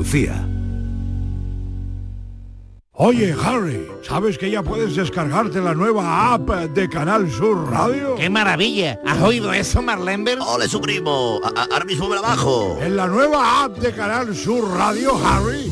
Lucía. Oye, Harry, ¿sabes que ya puedes descargarte la nueva app de Canal Sur Radio? ¡Qué maravilla! ¿Has oído eso, Marlenberg? ¡Ole, su primo! A- a- ahora mismo me la bajo. En la nueva app de Canal Sur Radio, Harry,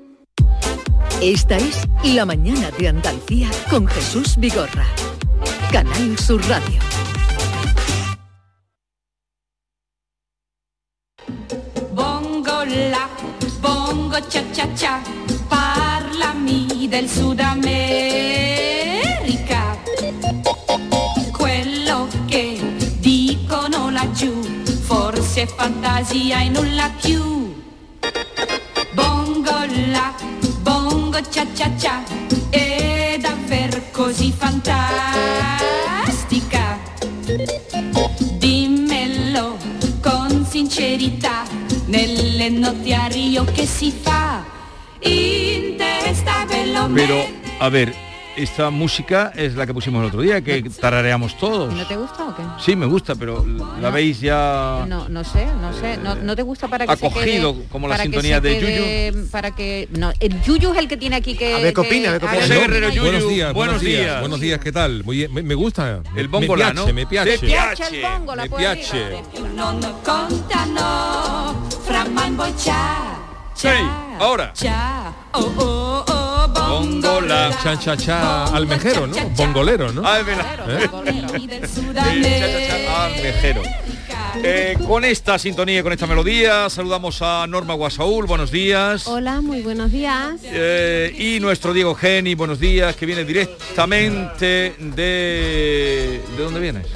Esta es La Mañana de Andalucía con Jesús Vigorra. Canal Sur Radio. Bongo la, bongo cha cha cha, parlami del Sud America. Quello che dicono laggiù, forse è fantasia e nulla più. Bongo la, bongo cha cha cha, è davvero così fantastica. Dimmelo con sincerità, nelle notti a Rio che si fa in testa ve lo Pero, metto. a ver, esta música es la que pusimos el otro día, que tarareamos todos. ¿No te gusta o qué? Sí, me gusta, pero la veis ya... No, no sé, no sé, no, no te gusta para que Eh, acogido, se quede, como la para que sintonía se de quede- Para que no, el Yuyu es el que tiene aquí que A ver, ¿qué que- opina? A ver, ¿qué Ah, opina? José Guerrero Yuyu. Yuyu, buenos días, buenos buenos días, días. buenos días, ¿qué tal? Muy bien, me, me gusta. El Me- bombo me la, piace, ¿no? Me piace. Te piace. Piace el bongo, la Me puedes piace. arriba. più non contano fra mambo ciao Sei, ora. ciao oh oh oh bongola Bongola. Cha, cha, cha, almejero, ¿no? Bongolero, ¿no? Ay, mira. Claro, bolero. del Eh, cha, cha, cha, almejero. Eh, con esta sintonía, y con esta melodía, saludamos a Norma Guasaúl, buenos días. Hola, muy buenos días. Eh, y nuestro Diego Geni, buenos días, que viene directamente de... ¿De dónde vienes?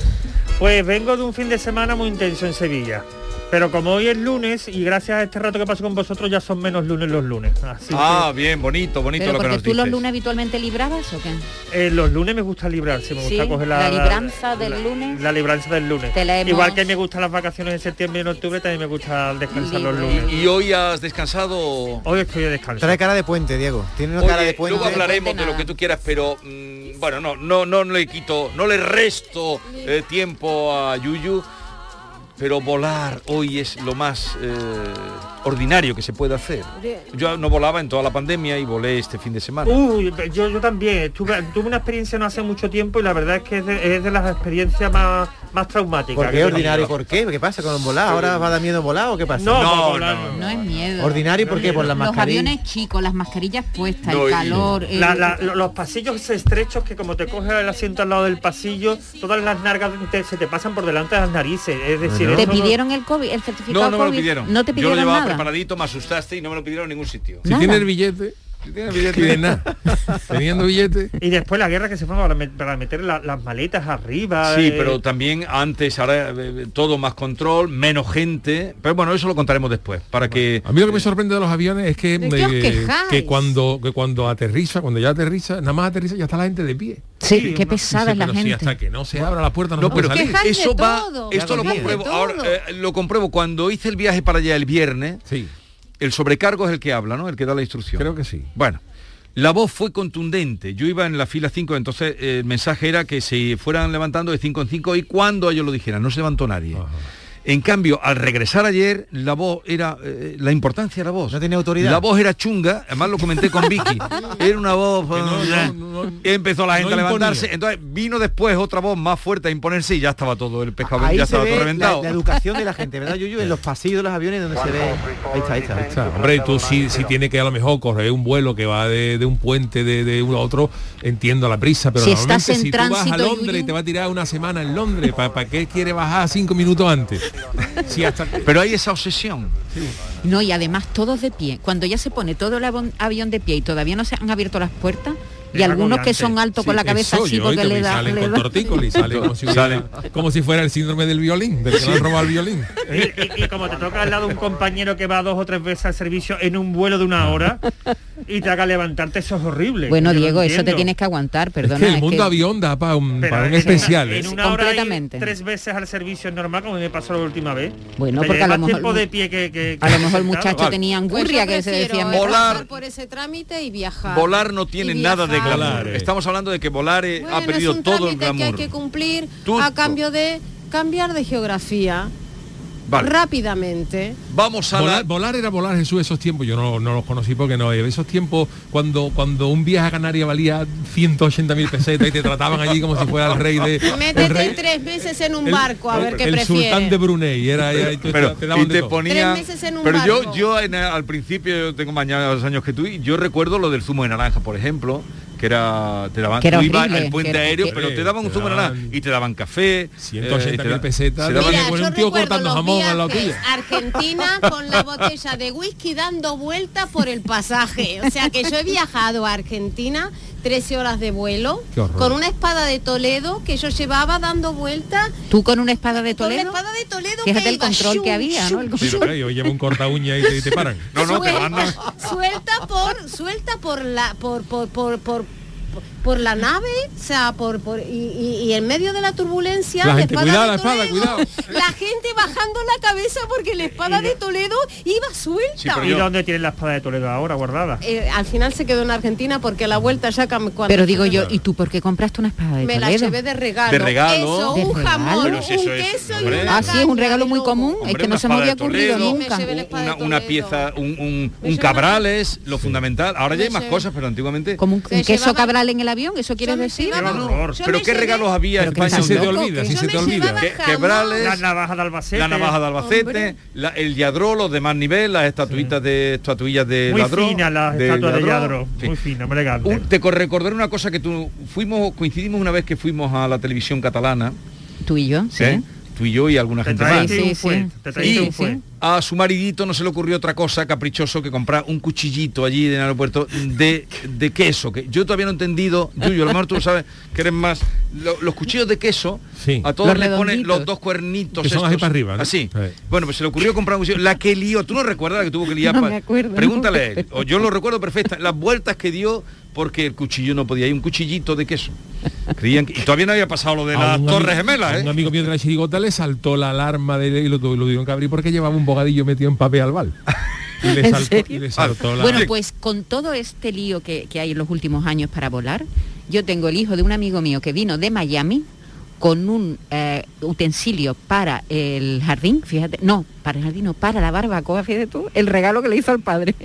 Pues vengo de un fin de semana muy intenso en Sevilla. Pero como hoy es lunes y gracias a este rato que paso con vosotros ya son menos lunes los lunes. Así Ah, bien, bonito, bonito Pero lo que porque nos tú los dices. lunes habitualmente librabas o qué? que eh, los lunes me gusta librarse, me gusta Sí, coger la, la libranza del la- lunes. La libranza del lunes. Te la hemos- Igual que me gustan las vacaciones en septiembre y en octubre, también me gusta descansar los Libre. lunes. ¿Y hoy has descansado? Hoy estoy de descanso. Trae cara de puente, Diego. Tiene una Oye, cara de puente. luego hablaremos puente de lo nada. que tú quieras, pero mm, bueno, no, no, no le quito, no le resto eh, tiempo a Yuyu, pero volar hoy es lo más eh, ordinario que se puede hacer. Yo no volaba en toda la pandemia y volé este fin de semana. Uh, Uy, yo, yo también. Tuve, tuve una experiencia no hace mucho tiempo y la verdad es que es de, es de las experiencias más, más traumáticas. ¿Por que he qué tenido. ordinario? ¿Por qué? ¿Qué pasa con volar? ¿Ahora va a dar miedo volar o qué pasa? No, No, no, no, No es miedo. ¿Ordinario por qué? ¿Por la los mascarilla? aviones chicos, las mascarillas puestas, No, y- el calor, el- La- la- lo- los pasillos estrechos que como te coges el asiento al lado del pasillo, todas las nargas te- se te pasan por delante de las narices. Es decir, te eso no- pidieron el COVID, el No, certificado no me lo COVID? pidieron. No te Yo lo pidieron llevaba nada. preparadito, me asustaste y no me lo pidieron en ningún sitio. Si Nada. tiene el billete, Si tienes billete- tiene eh. nada. Teniendo billete. Y después la guerra que se fue para, me- para meter la- las maletas arriba. Sí, eh, pero también antes, ahora eh, todo más control, menos gente. Pero bueno, eso lo contaremos después, para que... A mí lo que me sorprende de los aviones es que, ¿De qué os eh, quejáis? que cuando que cuando aterriza, cuando ya aterriza, nada más aterriza ya está la gente de pie. Sí, Sí, qué no, pesada es Dice, la pero si gente. hasta que no se abra la puerta no, No, se puede pero salir. quejáis eso de va, todo, esto lo quejáis de compruebo, todo. ahora, eh, lo compruebo cuando hice el viaje para allá el viernes, Sí, el sobrecargo es el que habla, ¿no? El que da la instrucción. creo que sí. Bueno, la voz fue contundente. Yo iba en la fila 5, entonces eh, el mensaje era que se fueran levantando de 5 en 5 y cuando ellos lo dijeran, no se levantó nadie. Ajá. En cambio, al regresar ayer, la voz era eh, la importancia de la voz. No tenía autoridad. La voz era chunga, además lo comenté con Vicky. era una voz. no, no, no. empezó la gente No a levantarse. imponía. Entonces vino después otra voz más fuerte a imponerse y ya estaba todo el pescado, Ahí ya se estaba ve todo la, reventado. la educación de la gente, ¿verdad, Yuyu? En los pasillos de los aviones donde se ve... Ahí está, ahí está. ahí O está. sea, hombre, tú sí, sí tienes tiene que a lo mejor correr un vuelo que va de, de un puente de, de uno a otro, entiendo la prisa, pero Si normalmente estás en si tú vas a tránsito, Londres Yuyu. y te va a tirar una semana en Londres, ¿para qué quiere bajar cinco minutos antes? Si hasta Pero hay esa obsesión. No, y además todos de pie. Cuando ya se pone todo el avon- avión de pie y todavía no se han abierto las puertas, y Es algunos que agobiante. son altos Sí, con la el cabeza así sollo, porque ¿oíste? le da... salen le con da- tortícolis, salen como si, hubiera- como si fuera el síndrome del violín, del que le han robado el violín. Y, y- y como te toca al lado un compañero que va dos o tres veces al servicio en un vuelo de una hora, y te haga levantarte, eso es horrible. Bueno, Yo lo Diego, eso te entiendo. tienes que aguantar, perdona. que el es mundo avión da para un, Pero para un en una- especial. ¿eh? En una hora ir Completamente. tres veces al servicio es normal, como me pasó la última vez. Bueno, Te porque a lleva lo más mejor- tiempo de pie que, que- A lo mejor sentado. el muchacho Pues tenía angurria que se prefiero decía. pasar por ese trámite y viajar. Volar no tiene Y nada de viajar. glamour. Estamos hablando de que volar eh, ha Bueno, perdido es un todo el trámite que hay glamour. que cumplir Tú- a cambio de cambiar de geografía Vale. rápidamente. Vamos a volar, volar era volar Jesús esos tiempos yo no, no los conocí porque no esos tiempos cuando cuando un viaje a Canarias valía 180 mil pesetas y te trataban allí como si fuera el rey de Métete el rey- tres meses en un el- barco a ver qué el sultán prefieres. de Brunei era, era- y te- Pero, te daban y de te todo. ponía Tres meses en un pero yo barco. yo en- al principio yo tengo mañana los años que tú y yo recuerdo lo del zumo de naranja por ejemplo que era te daban Que era tú ibas horrible, al que puente era- aéreo que- pero te daban un zumo de naranja y te daban café 180.000 te da- pesetas. se daban- Mira, Yo un tío recuerdo cortando los jamón al lado viajes tuyo. a Argentina con la botella de whisky dando vueltas por el pasaje. O sea que yo he viajado a Argentina 13 horas de vuelo Qué horror. con una espada de Toledo que yo llevaba dando vueltas Tú con una espada de con la Toledo. espada de Toledo Fíjate que el iba control que shum, había, ¿no? shum, El Sí, control. lo que yo llevo un corta uña y te, te paran no no te suelta, mandan suelta por suelta por la por por por por por la nave, o sea, por, por y, y- y en medio de la turbulencia, La gente, espada cuidado de la espada, Toledo, cuidado. la gente bajando la cabeza porque la espada de Toledo iba suelta. ¿Y dónde tienen la espada de Toledo ahora guardada? Eh, al final se quedó en Argentina porque a la vuelta ya cam- cuando Pero digo yo, ¿y tú por qué compraste una espada de me la Toledo? llevé de regalo, De regalo. Eso, De un regalo. jamón, Pero si eso un es- queso y hombre. una Ah, sí, es un regalo muy común, es que no una se me espada había de ocurrido Toledo, nunca. llevé la espada de una, una Toledo. pieza un, un- Me un llevé cabrales lo fundamental ahora Me ya hay más llevé- cosas pero antiguamente Como un, un Se queso llevaba- cabral en el avión, ¿eso quieres me decir? llevaba- Qué horror. yo pero me qué llevé- regalos había Pero en que España estás Si se te loco, olvida, que si yo se me te olvida. llevaba Que- jamón. quebrales La navaja de Albacete. la navaja de Hombre. Albacete, la- el yadró, los de más nivel, las estatuitas de estatuillas de Muy ladrón. fina la de estatua de ladrón. Yadro. En fin. Muy fina, muy elegante. Un- te co- recordaré una cosa que tú fuimos, coincidimos una vez que fuimos a la televisión catalana, Tú y yo, sí. ¿eh? tú y yo y alguna Te gente más. traíste Sí, un sí, fuet, sí. te Y traíste un fuet. a su maridito no se le ocurrió otra cosa caprichoso que comprar un cuchillito allí en el aeropuerto de, de queso. Que yo todavía no he entendido, Yuyo, a lo mejor tú sabes que eres más. lo- los cuchillos de queso, Sí. a todos Los les ponen redonditos. los dos cuernitos. Que son así para arriba, ¿no? Así. Sí. Bueno, pues se le ocurrió comprar un cuchillo. La que lió, tú no recuerdas la que tuvo que liar. No pa- me acuerdo, Pregúntale no. a él. O yo lo recuerdo perfecta. Las vueltas que dio porque el cuchillo no podía. Hay un cuchillito de queso. Creían que, y todavía no había pasado lo de A las un torres ami- gemelas, a ¿eh? Un amigo mío de la chirigota le saltó la alarma de y lo, tu- lo dieron cabrí porque llevaba un bogadillo metido en papel al bal. Y le ¿En saltó, serio? y le saltó la Bueno, pues con todo este lío que, que hay en los últimos años para volar, yo tengo el hijo de un amigo mío que vino de Miami con un eh, utensilio para el jardín, fíjate, no, para el jardín, no, para la barbacoa, fíjate tú, el regalo que le hizo al padre,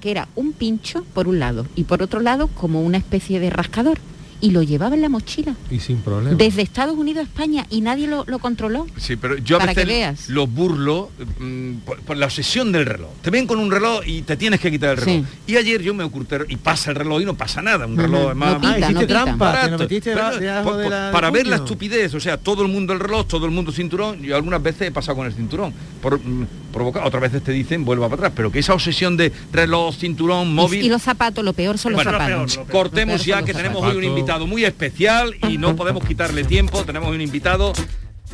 que era un pincho por un lado y por otro lado como una especie de rascador y lo llevaba en la mochila Y sin problema. desde Estados Unidos a España y nadie lo, lo controló. Sí, pero yo a Para que veces veas. los burlo mm, por, por la obsesión del reloj. Te ven con un reloj y te tienes que quitar el reloj. Y ayer yo me oculté y pasa el reloj y no pasa nada. Un Ajá, reloj no además pita, Ah, hiciste no pita. trampa, te lo barato. metiste Pero deba- no, debajo por- de por- la- para del ver la puño. estupidez, o sea, todo el mundo el reloj, todo el mundo cinturón. Yo algunas veces he pasado con el cinturón por mm, provocar, otras veces te dicen vuelva para atrás, pero que esa obsesión de reloj, cinturón, móvil. Y, y los zapatos, lo peor son los Bueno, zapatos. lo peor. Cortemos Roberto ya que Lozano. tenemos hoy un invitado muy especial y no podemos quitarle tiempo. Tenemos hoy un invitado,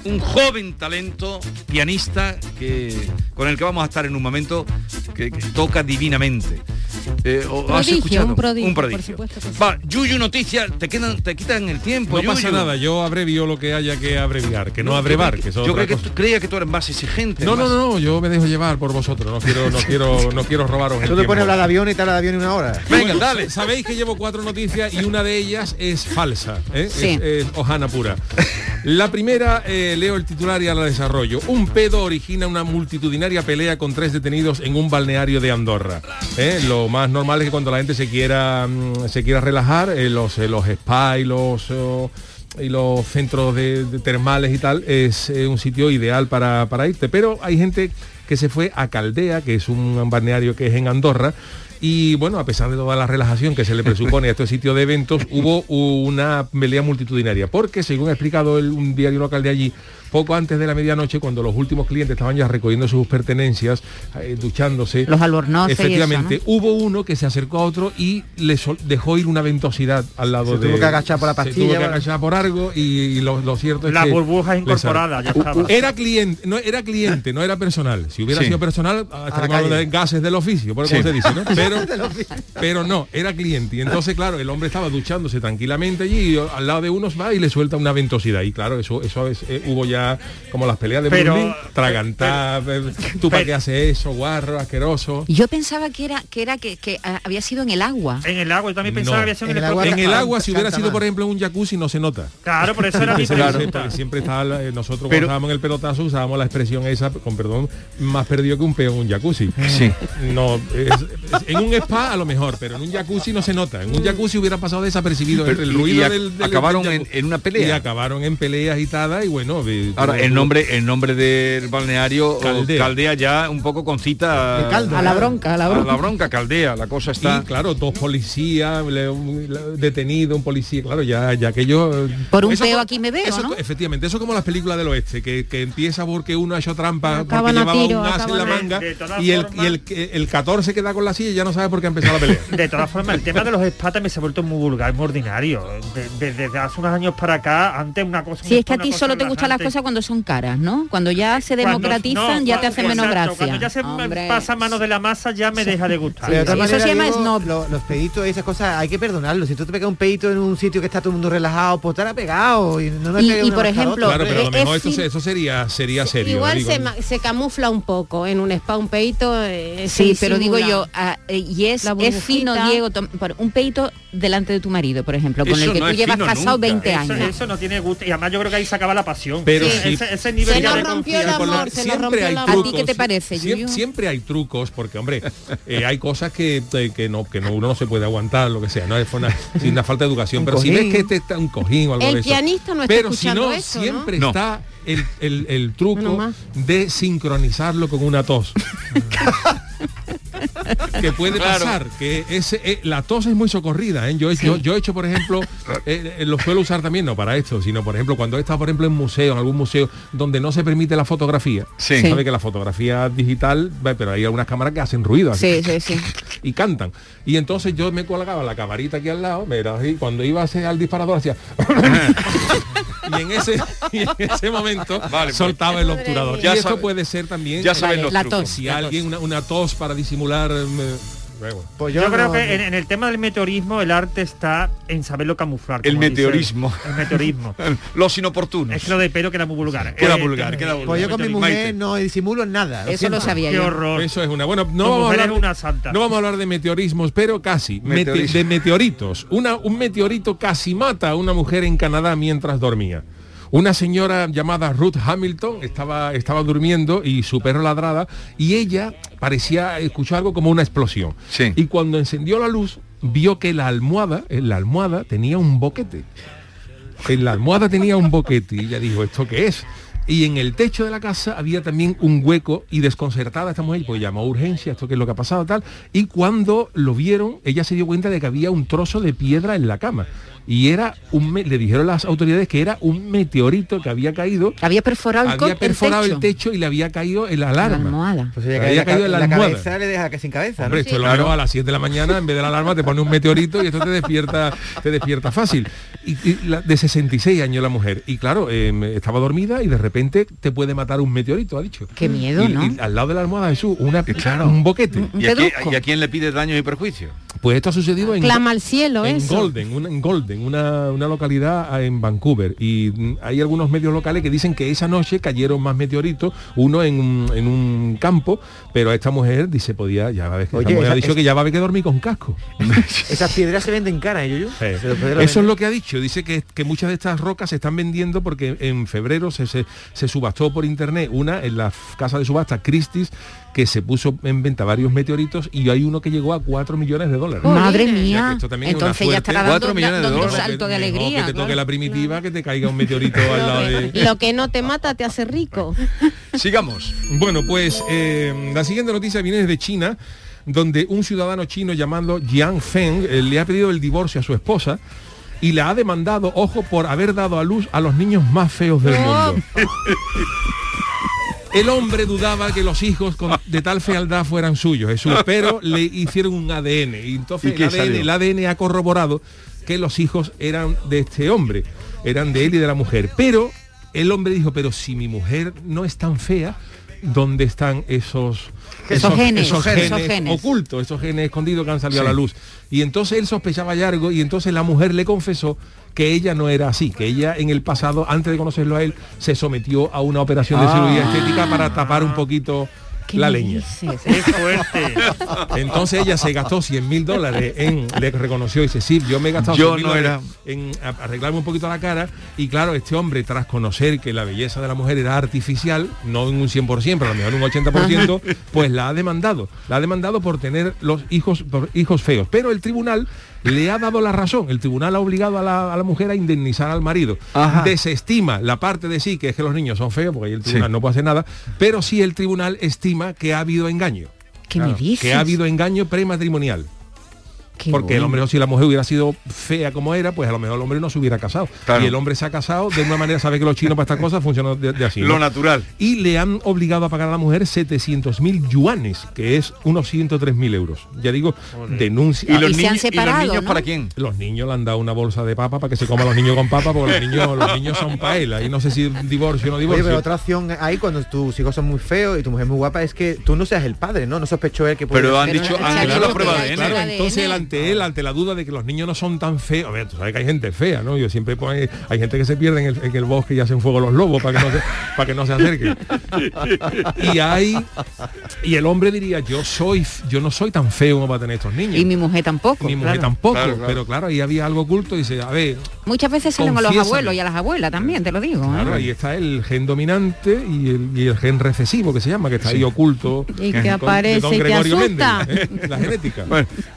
un joven talento, pianista, que, con el que vamos a estar en un momento que, que toca divinamente. Eh, ¿o- ¿Has Prodigio, escuchado? un prodigio, Un por supuesto que sí. Va, Yuyu Noticias, te, quedan, te quitan el tiempo. no pasa Yuyu. nada, yo abrevio lo que haya que abreviar, que no abrevar, que eso es Yo otra creo que cosa. tú, creía que tú eres más exigente. No, no, más- no, no, yo me dejo llevar por vosotros, no quiero, no quiero, no quiero robaros el Tú te tiempo. pones a hablar de avión y te habla de avión en una hora. Venga, Bueno, dale. Sabéis que llevo cuatro noticias y una de ellas es falsa, ¿eh? Sí. es, es hojana pura. La primera, eh, leo el titular y a la desarrollo. Un pedo origina una multitudinaria pelea con tres detenidos en un balneario de Andorra. ¿eh? Lo más normal es que cuando la gente se quiera, mm, se quiera relajar, eh, los, eh, los spa y los... oh, y los centros de, de termales y tal es eh, un sitio ideal para, para irte. Pero hay gente que se fue a Caldea, que es un balneario que es en Andorra. Y bueno, a pesar de toda la relajación que se le presupone a este sitio de eventos, hubo una pelea multitudinaria. Porque, según ha explicado el- un diario local de allí, poco antes de la medianoche, cuando los últimos clientes estaban ya recogiendo sus pertenencias, eh, duchándose. Los albornoces y eso, Efectivamente, hubo uno que se acercó a otro y le sol- dejó ir una ventosidad al lado Se de... tuvo que agachar por la Se tuvo pastilla, que ¿vale? agachar por algo y, y lo, lo cierto es Las que... burbujas le sal- incorporadas, ya U- estaba. u- uh, Era cliente, no era cliente, no era personal. Si hubiera Sí. sido personal, ah, estaríamos hablando calle. de gases del oficio, por eso Sí. se dice, ¿no? Pero, Gases del pero no, era cliente. Y entonces, claro, el hombre estaba duchándose tranquilamente allí y al lado de unos va y le suelta una ventosidad. Y claro, eso, eso es- eh, hubo ya como las peleas de Pero- Berlín, tragantar, eh, tú para qué haces eso, guarro, asqueroso. Yo pensaba que era que era que, que, ah, había sido en el agua. En el agua, yo también No. en, el agua, si hubiera sido, por ejemplo, en un jacuzzi no se nota. Claro, por eso era mi Porque se- pregunta. porque siempre estaba la- eh, nosotros cuando Pero- estábamos en el pelotazo usábamos la expresión esa, con perdón, más perdido que un peón en un jacuzzi. Sí. No, es- es- en un spa a lo mejor, pero en un jacuzzi no se nota. En un jacuzzi hubiera pasado desapercibido Pero- entre el y- ruido y ac- del, del- acabaron del en- jacuzzi. en una pelea. Y acabaron en pelea agitada y bueno, de- Ahora, el nombre, el nombre del balneario o Caldea. caldea. ya un poco con cita El caldo. A la bronca, a la bronca. caldea, la cosa está. Y claro, dos policías, le- un- la- detenido, un policía, claro, ya, ya que yo... Por un peo aquí me veo, eso, ¿no? Efectivamente, eso como las películas del oeste, que, que empieza porque uno ha hecho trampa, porque Acaban a llevaba tiro, un as en la acaban a- manga, De- de todas y, el, formas- y el, el 14 queda con la silla y ya no sabe por qué ha empezado la pelea. De todas formas, el tema de los spas también se ha vuelto muy vulgar, muy ordinario. De- de- Desde hace unos años para acá, antes una cosa... Si es que a una ti cosa solo te gustan las relajante. cosas cuando son caras, ¿no? Cuando ya se Cuando- democratizan, no, ya te cua- hacen menos exacto, gracia. Cuando ya se me Hombre. pasa a mano de la masa, ya me deja de gustar. Pero de otra eso se manera, llama digo, snob. lo- los peditos y esas cosas hay que perdonarlos. Si tú te pegas un pedito en un sitio que está todo el mundo relajado, pues te la ha pegado. Y, no le Y- pegues y una por mascarota. ejemplo, claro, pero a lo es mejor eso, fin- se- eso sería, sería serio. Igual digo, se, ma- se camufla un poco en un spa, un peito. eh, Sí, se pero digo disimula. yo, ah, eh, y es, La es fino, burbujita. Diego, tom- por un peito delante de tu marido, por ejemplo, con Eso el que no tú es llevas fino casado nunca. 20 Eso- años. Eso, no tiene gusto. Y además yo creo que ahí se acaba la pasión. Pero Sí, si- ese, ese nivel si ya por de lo- confianza. si por lo- siempre hay ¿A ti trucos, qué te sí, parece, siem- Yuyu? Siempre hay trucos, porque hombre, eh, hay cosas que, eh, que no, que no, uno no se puede aguantar, lo que sea, no es una, sin una falta de educación. pero si cojín. ves que este está un cojín o algo El de eso. pianista no está Pero si escuchando no, eso, ¿no? siempre No. está el, el- el truco de sincronizarlo con una tos. que puede Claro. pasar que ese eh, la tos es muy socorrida ¿eh? yo, he- yo, yo he hecho por ejemplo eh, eh, lo suelo usar también no para esto sino por ejemplo cuando he estado por ejemplo en museo en algún museo donde no se permite la fotografía Sí. sabe Sí. que la fotografía digital va, pero hay algunas cámaras que hacen ruido así, Sí, sí, sí. y cantan y entonces yo me colgaba la camarita aquí al lado mira, así, cuando iba a hacer al disparador hacía y en ese y en ese momento soltaba el obturador Ya y pues. esto sabe- puede ser también ya saben Vale, los la la trucos. tos tos, si la alguien una, una tos para disimular em, luego. Pues Yo, creo que en, en el tema del meteorismo el arte está en saberlo camuflar. El como dice- meteorismo. El meteorismo. Los inoportunos. Es que lo de pelo queda muy vulgar. Queda Eh, vulgar, queda vulgar. Pues yo con mi mujer Maite. no disimulo en nada. siento. Eso es una. Bueno, no Tu vamos, a mujer hablar, es una santa. no vamos a hablar de meteorismos, pero casi. Mete- Meteorismo. de meteoritos. Una, un meteorito casi mata a una mujer en Canadá mientras dormía. Una señora llamada Ruth Hamilton estaba, estaba durmiendo y su perro ladrada y ella parecía escuchar algo como una explosión. Y cuando encendió la luz, vio que la almohada, en la almohada tenía un boquete. En la almohada tenía un boquete y ella dijo, ¿esto qué es? Y en el techo de la casa había también un hueco y desconcertada esta mujer, pues llamó a urgencia, esto que es lo que ha pasado tal. Y cuando lo vieron, ella se dio cuenta de que había un trozo de piedra en la cama. Y era un me- le dijeron las autoridades que era un meteorito que había caído. Había perforado el co- había el perforado el techo. techo. y le había caído el alarma. almohada. Pues ella Le cae había la ca- caído en la la almohada. cabeza le deja que sin cabeza. ¿no? Hombre, esto lo veo a las 7 de la mañana, en vez de la alarma te pone un meteorito y esto te despierta, te despierta fácil. Y, y la- de 66 años la mujer. Y claro, eh, estaba dormida y de repente te puede matar un meteorito, ha dicho. Qué miedo, Y- ¿no? y al lado de la almohada Jesús, una, un boquete. ¿Y a, quién, y a quién le pides daños y perjuicios? Pues esto ha sucedido en, Clama al cielo en eso. Golden, una, en Golden, una, una localidad ah, en Vancouver. Y mm, hay algunos medios locales que dicen que esa noche cayeron más meteoritos, uno en un, en un campo, pero esta mujer dice podía, ya va a ver que esta Oye, mujer esa- ha dicho esa- que ya va a haber que dormir con casco. Esas piedras se venden caras, ¿eh, Yuyu? Eh, Se los puede Eso vender. es lo que ha dicho. Dice que, que muchas de estas rocas se están vendiendo porque en febrero se, se- se subastó por internet una en la f- casa de subasta Christie's que se puso en venta varios meteoritos y hay uno que llegó a 4 millones de dólares. Madre O sea, que mía. esto también es una Entonces ya suerte. estará dando- 4 millones de dando un dólares. salto de Mejor alegría, Que te toque claro. la primitiva, que te caiga un meteorito al lado de... Lo que no te mata te hace rico. Sigamos. Bueno, pues eh, la siguiente noticia viene desde China, donde un ciudadano chino llamado Jiang Feng eh, le ha pedido el divorcio a su esposa. y la ha demandado, ojo, por haber dado a luz a los niños más feos del mundo. El hombre dudaba que los hijos con- de tal fealdad fueran suyos, Jesús, pero le hicieron un ADN. Y entonces ¿Y el qué ADN, salió? el ADN ha corroborado que los hijos eran de este hombre, eran de él y de la mujer. Pero el hombre dijo, pero si mi mujer no es tan fea, ¿dónde están esos, Esos genes, esos esos genes genes. ocultos, esos genes escondidos que han salido Sí. a la luz? Y entonces él sospechaba algo y entonces la mujer le confesó que ella no era así, que ella en el pasado, antes de conocerlo a él, se sometió a una operación de Ah. cirugía estética para tapar un poquito la leña. fuerte. Entonces ella se gastó 100 mil dólares en, le reconoció y dice, sí, yo me he gastado Yo 100.000 no dólares era- en a- arreglarme un poquito la cara y claro, este hombre tras conocer que la belleza de la mujer era artificial, no en un 100%, pero a lo mejor en un 80%, pues la ha demandado. La ha demandado por tener los hijos, por hijos feos. Pero el tribunal le ha dado la razón. El tribunal ha obligado a la, a la mujer a indemnizar al marido. Ajá. Desestima la parte de sí, que es que los niños son feos, porque ahí el tribunal Sí. no puede hacer nada, pero sí el tribunal estima que ha habido engaño. ¿Qué me dices? Que ha habido engaño prematrimonial. Qué Porque el bueno. hombre, si la mujer hubiera sido fea como era, pues a lo mejor el hombre no se hubiera casado. Claro. Y el hombre se ha casado de una manera, sabe que los chinos para estas cosas funcionan de, de así. Lo natural. Y le han obligado a pagar a la mujer 700 mil yuanes, que es unos 103 mil euros. Ya digo, denuncia. ¿Y los ¿Y se han niños- y los separado, niños no? para quién? Los niños le han dado una bolsa de papa para que se coman los niños con papa, porque los niños, los niños son paela. Y no sé si divorcio o no Oye, divorcio. pero otra opción ahí cuando tus hijos son muy feos y tu mujer muy guapa es que tú no seas el padre, ¿no? No sospechó él que puede Pero ser. han Pero dicho- han claro, hecho la prueba de ADN. claro, entonces él ante él, ante la duda de que los niños no son tan feos. A ver, tú sabes que hay gente fea, ¿no? Yo siempre pongo- hay gente que se pierde en el, en el bosque y hacen fuego los lobos para que no se, para que no se acerquen. Y hay y el hombre diría, yo soy f- yo no soy tan feo como para tener estos niños. Y mi mujer tampoco. Mi mujer Claro. tampoco, Claro, claro. pero claro, ahí había algo oculto y dice, a ver, Muchas veces salen a los Confiésame. abuelos y a las abuelas también, te lo digo. ¿eh? claro, ahí está el gen dominante y el, y el gen recesivo que se llama, que está ahí oculto. Y con- que de don aparece y te Gregorio Méndez, asusta. ¿eh? La genética.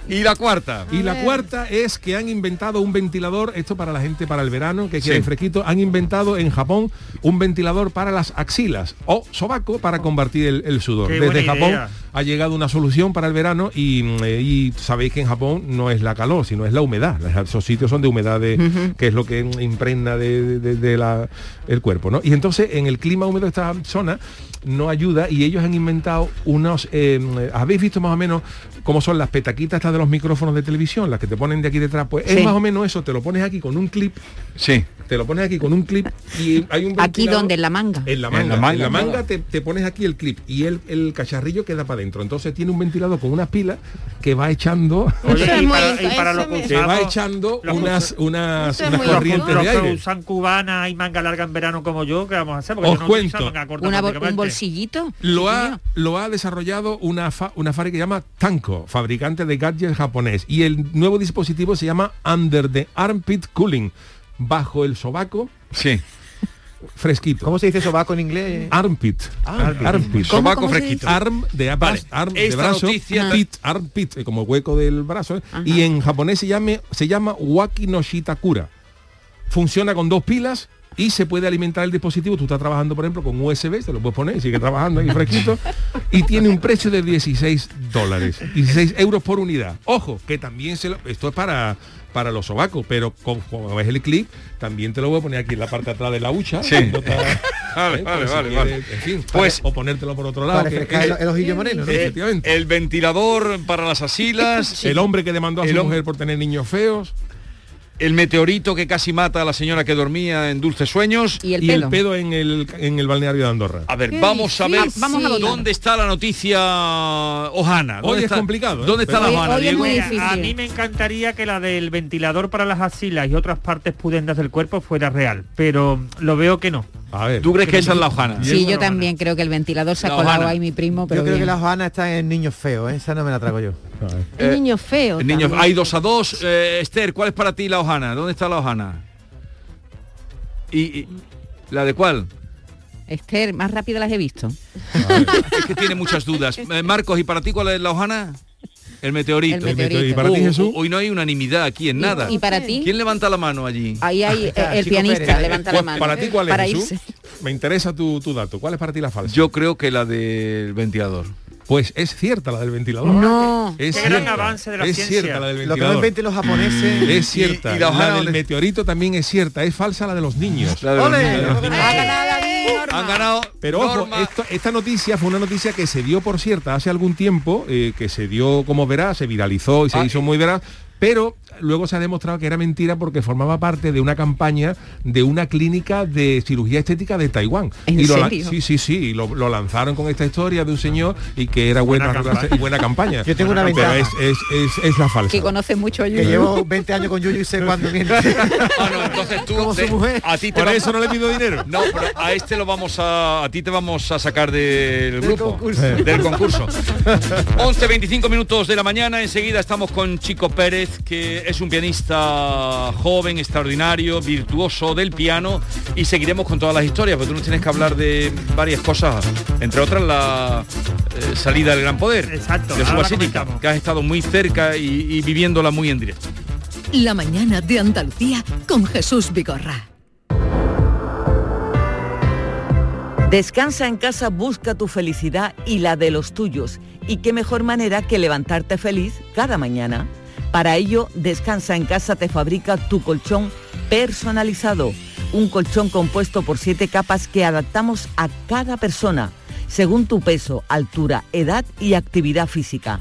Y la cuarta. Y la cuarta es que han inventado un ventilador, esto para la gente para el verano, que Sí. quiere fresquito, han inventado en Japón un ventilador para las axilas o sobaco para combatir el, el sudor. Qué Desde buena Japón idea. ha llegado una solución para el verano y, mm, eh, y sabéis que en Japón no es la calor, sino es la humedad. Las- Esos sitios son de humedad, de- Ujú. que es lo que mm, impregna de, de- de la- el cuerpo. ¿no? Y entonces en el clima húmedo de esta zona no ayuda y ellos han inventado unos... eh, Habéis visto más o menos cómo son las petaquitas estas de los micrófonos de televisión, las que te ponen de aquí detrás. Pues Sí. es más o menos eso, te lo pones aquí con un clip. Sí. Te lo pones aquí con un clip y hay un Aquí ventilador- donde en la manga. Eh, en la manga, en la manga, te, te pones aquí el clip y el, el cacharrillo queda para adentro. Entonces tiene un ventilador con unas pilas que va echando. Oye, Eso y es muy para- y eso, para eso los me- que va cruzados, echando los unas, unas, Eso es unas muy corrientes Los de que aire. usan cubanas y manga larga en verano como yo, ¿qué vamos a hacer? Porque Os yo no cuento. uso manga corta Una bol- un prácticamente. bolsillito. Lo ha, lo ha desarrollado una, fa- una fábrica que se llama Tanco, fabricante de gadgets japonés. Y el nuevo dispositivo se llama Under the Armpit Cooling, bajo el sobaco. Sí. Fresquito. ¿Cómo se dice sobaco en inglés? Armpit. Armpit. Armpit. ¿Cómo, Sobaco cómo se fresquito. dice? Arm de, abra- Vale. arm de Esta brazo. noticia- Pit, armpit, eh, como hueco del brazo. eh. Y en japonés se, llame, se llama Waki no Shitakura. Funciona con dos pilas y se puede alimentar el dispositivo. Tú estás trabajando, por ejemplo, con USB, te lo puedes poner y sigue trabajando ahí fresquito. y tiene un precio de 16 dólares. 16 euros por unidad. Ojo, que también se lo, Esto es para para los sobacos, pero con, como ves el clip, también te lo voy a poner aquí en la parte de atrás de la hucha. Sí. No está- Vale, vale, eh, por si vale, quieres, vale. En fin, Pues- pues, o ponértelo por otro lado. que- el- el ojillo moreno, ¿no? Eh, El, el ventilador para las asilas. El hombre que demandó a su El hom- mujer por tener niños feos. El meteorito que casi mata a la señora que dormía en dulces sueños. Y el, pedo en el, en el balneario de Andorra. A ver, vamos a ver Ah, vamos a votar. dónde está la noticia Ojana. Hoy ¿Dónde es está- complicado, ¿eh? ¿Dónde está la Hoy- Ojana, hoy es Diego? muy Mira, A mí me encantaría que la del ventilador para las asilas y otras partes pudendas del cuerpo fuera real, pero lo veo que no. A ver. ¿Tú crees que esa es la Ojana? Sí, yo también creo que el ventilador se ha La colado Habana. ahí mi primo, Yo pero creo que bien. la Joana está en niños feos, ¿eh? esa no me la trago yo. El niño feo. Eh, El niño, hay dos a dos. Eh, Esther, ¿cuál es para ti la Ojana? ¿Dónde está la Ojana? ¿Y, y- la de cuál? Esther, más rápido las he visto. Es que tiene muchas dudas. Eh, Marcos, ¿y para ti cuál es la Ojana? El meteorito. El meteorito. ¿Y para ti, Oh, Jesús? Hoy no hay unanimidad aquí en ¿Y- nada. y para ti? ¿Quién levanta la mano allí? Ahí hay eh, el pianista, levanta la Pues, mano. Para ti, ¿cuál es, Para Jesús? irse. Me interesa tu, tu dato. ¿Cuál es para ti la falsa? Yo creo que la del ventilador. Pues es cierta la del ventilador. No. Es Qué gran cierta. avance de la Es ciencia. cierta la del Lo que no ventilador. inventen los japoneses. Es cierta. y la la, hojana del donde- meteorito también es cierta. Es falsa la de los niños. de los ¡Ole! niños. La de los niños. Han ganado. Pero ojo, Norma. esto- esta noticia fue una noticia que se dio, por cierta, hace algún tiempo, eh, que se dio, como verás, se viralizó Ah, y se hizo muy veraz, pero luego se ha demostrado que era mentira porque formaba parte de una campaña de una clínica de cirugía estética de Taiwán. ¿En y lo lan- serio? Sí, sí, sí, y lo, lo lanzaron con esta historia de un señor y que era Buena bueno arreglarse- campaña. buena campaña. Yo tengo una Pero ventaja. es, es- es- es la falsa. Que conoce mucho a Que Yuyu. llevo 20 años con Yuyu y sé cuándo miente. Ah, Entonces tú, Como su de- mujer. a ti te Por va- eso no le pido dinero. No, pero a este lo vamos a a ti te vamos a sacar del grupo, concurso. del concurso. 11 25 minutos de la mañana, enseguida estamos con Chico Pérez, que es un pianista joven, extraordinario, virtuoso del piano y seguiremos con todas las historias, porque tú nos tienes que hablar de varias cosas, entre otras la eh, salida del gran poder. Exacto, De su ahora la basílica, que has estado muy cerca y, y viviéndola muy en directo. La mañana de Andalucía con Jesús Vigorra. Descansa en casa, busca tu felicidad y la de los tuyos. Y qué mejor manera que levantarte feliz cada mañana. Para ello, Descansa en casa te fabrica tu colchón personalizado. Un colchón compuesto por siete capas que adaptamos a cada persona, según tu peso, altura, edad y actividad física.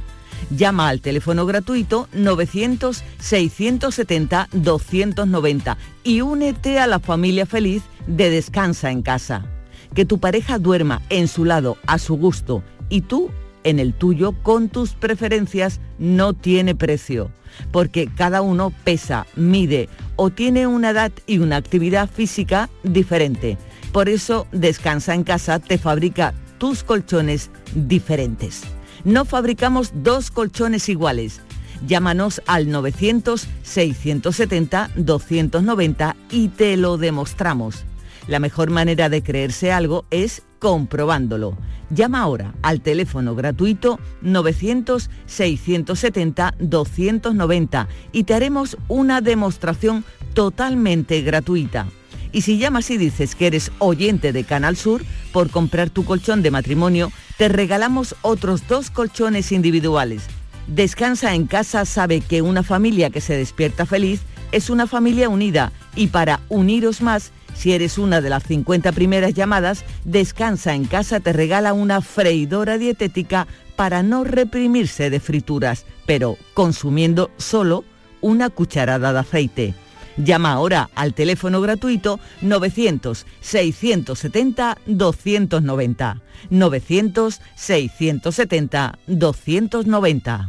Llama al teléfono gratuito 900-670-290 y únete a la familia feliz de Descansa en casa. Que tu pareja duerma en su lado, a su gusto, y tú en el tuyo, con tus preferencias, no tiene precio. Porque cada uno pesa, mide o tiene una edad y una actividad física diferente. Por eso, Descansa en casa te fabrica tus colchones diferentes. No fabricamos dos colchones iguales. Llámanos al 900-670-290 y te lo demostramos. La mejor manera de creerse algo es comprobándolo. Llama ahora al teléfono gratuito 900-670-290 y te haremos una demostración totalmente gratuita. Y si llamas y dices que eres oyente de Canal Sur, por comprar tu colchón de matrimonio, te regalamos otros dos colchones individuales. Descansa en casa sabe que una familia que se despierta feliz es una familia unida y para uniros más, si eres una de las 50 primeras llamadas, Descansa en casa te regala una freidora dietética para no reprimirse de frituras, pero consumiendo solo una cucharada de aceite. Llama ahora al teléfono gratuito 900-670-290. 900-670-290.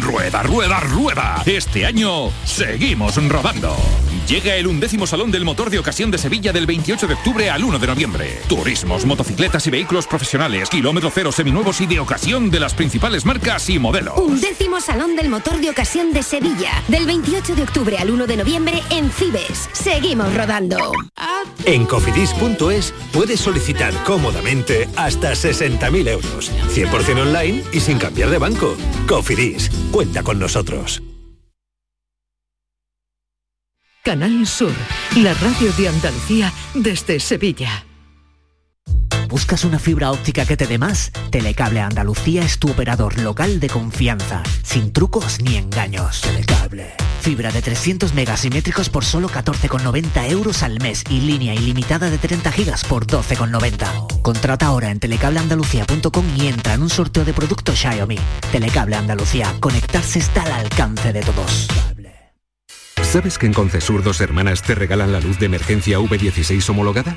Rueda, rueda, rueda. Este año seguimos rodando. Llega el undécimo Salón del Motor de Ocasión de Sevilla del 28 de octubre al 1 de noviembre. Turismos, motocicletas y vehículos profesionales, kilómetro cero, seminuevos y de ocasión de las principales marcas y modelos. Undécimo Salón del Motor de Ocasión de Sevilla, del 28 de octubre al 1 de noviembre en Cibes. Seguimos rodando. En cofidis.es puedes solicitar cómodamente hasta 60.000 euros, 100% online y sin cambiar de banco. Cofidis, cuenta con nosotros. Canal Sur, la radio de Andalucía desde Sevilla. ¿Buscas una fibra óptica que te dé más? Telecable Andalucía es tu operador local de confianza, sin trucos ni engaños. Telecable. Fibra de 300 megasimétricos por solo 14,90 euros al mes y línea ilimitada de 30 gigas por 12,90. Contrata ahora en telecableandalucía.com y entra en un sorteo de productos Xiaomi. Telecable Andalucía, conectarse está al alcance de todos. ¿Sabes que en Concesur dos hermanas te regalan la luz de emergencia V16 homologada?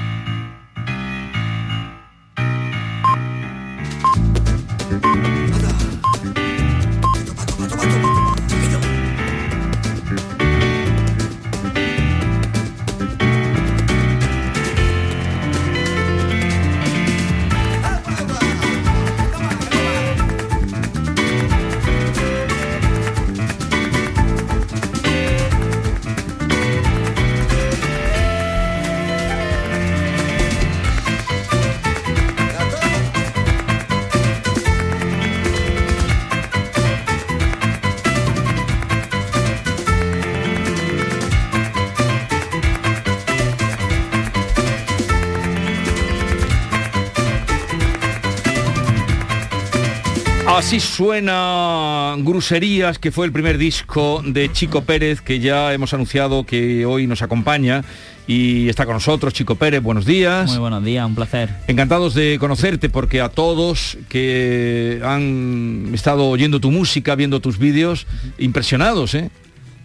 Así suena Gruserías, que fue el primer disco de Chico Pérez, que ya hemos anunciado que hoy nos acompaña y está con nosotros. Chico Pérez, buenos días. Muy buenos días, un placer. Encantados de conocerte porque a todos que han estado oyendo tu música, viendo tus vídeos, impresionados, ¿eh?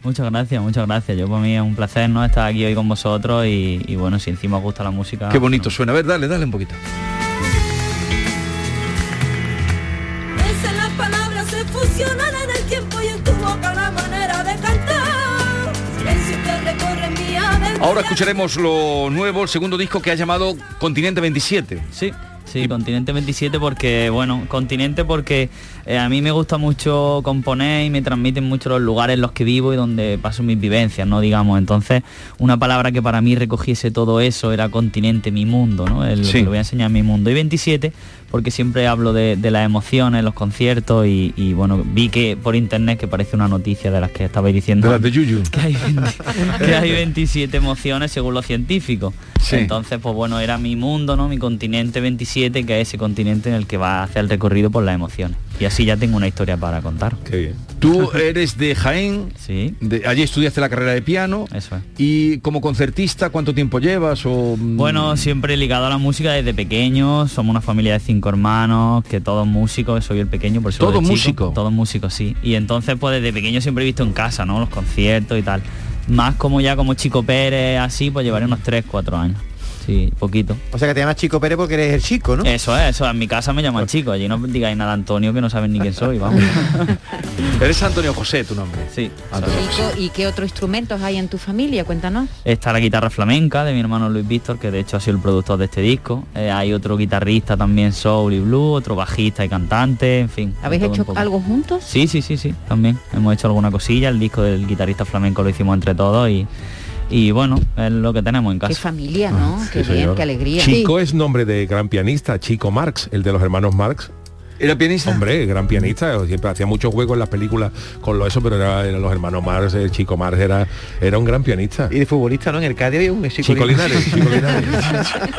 Muchas gracias, muchas gracias. Yo para mí es un placer no estar aquí hoy con vosotros y, y bueno, si encima os gusta la música. Qué bonito suena. A ver, dale, dale un poquito. Esas las palabras se fusionan en el tiempo y en tu boca la manera de cantar. Silencio que recorre mi adentro. Ahora escucharemos lo nuevo, el segundo disco que ha llamado Continente 27. Sí. Sí, Continente 27 porque, bueno, Continente porque eh, a mí me gusta mucho componer y me transmiten mucho los lugares en los que vivo y donde paso mis vivencias, ¿no? Digamos, entonces una palabra que para mí recogiese todo eso era Continente, mi mundo, ¿no? El, Sí. Lo voy a enseñar mi mundo. Y 27 porque siempre hablo de, de las emociones, los conciertos y, y, bueno, vi que por internet que parece una noticia de las que estabais diciendo. De las de Yuyu. Que hay 20 que hay 27 emociones según los científicos. Sí. Entonces, pues bueno, era mi mundo, ¿no? Mi continente 27, que es ese continente en el que va a hacer el recorrido por las emociones. Y así ya tengo una historia para contar. Qué bien. Tú eres de Jaén, de- allí estudiaste la carrera de piano. Y como concertista, ¿cuánto tiempo llevas? O, mm, Bueno, siempre ligado a la música desde pequeño, somos una familia de cinco hermanos, que todos músicos, soy el pequeño, por eso ¿Todos lo de chico. músicos? Todos músicos, sí. Y entonces pues desde pequeño siempre he visto en casa, ¿no? Los conciertos y tal. Más como ya como Chico Pérez, así, pues llevaré unos 3, 4 años. Sí, poquito. O sea que te llamas Chico Pérez porque eres el chico, ¿no? Eso es, eso es. En mi casa me llaman chico. Allí no digáis nada Antonio que no saben ni quién soy, vamos. Eres Antonio José, tu nombre. Sí. ¿Y qué otros instrumentos hay en tu familia? Cuéntanos. Está la guitarra flamenca de mi hermano Luis Víctor, que de hecho ha sido el productor de este disco. Eh, hay otro guitarrista también soul y blues, otro bajista y cantante, en fin. ¿Habéis de todo un hecho poco. algo juntos? Sí, sí, sí, sí, también. Hemos hecho alguna cosilla, el disco del guitarrista flamenco lo hicimos entre todos y, y bueno, es lo que tenemos en Qué casa. familia, ¿no? qué bien, señor. qué alegría. Chico es nombre de gran pianista, Chico Marx, el de los hermanos Marx. ¿Era pianista? Hombre, gran pianista, siempre hacía muchos juegos en las películas con lo eso, pero era, era los hermanos Marx, el Chico Marx era, era un gran pianista. Y de futbolista, ¿no? En el Cádiz había un Chico, Chico Linares. Chico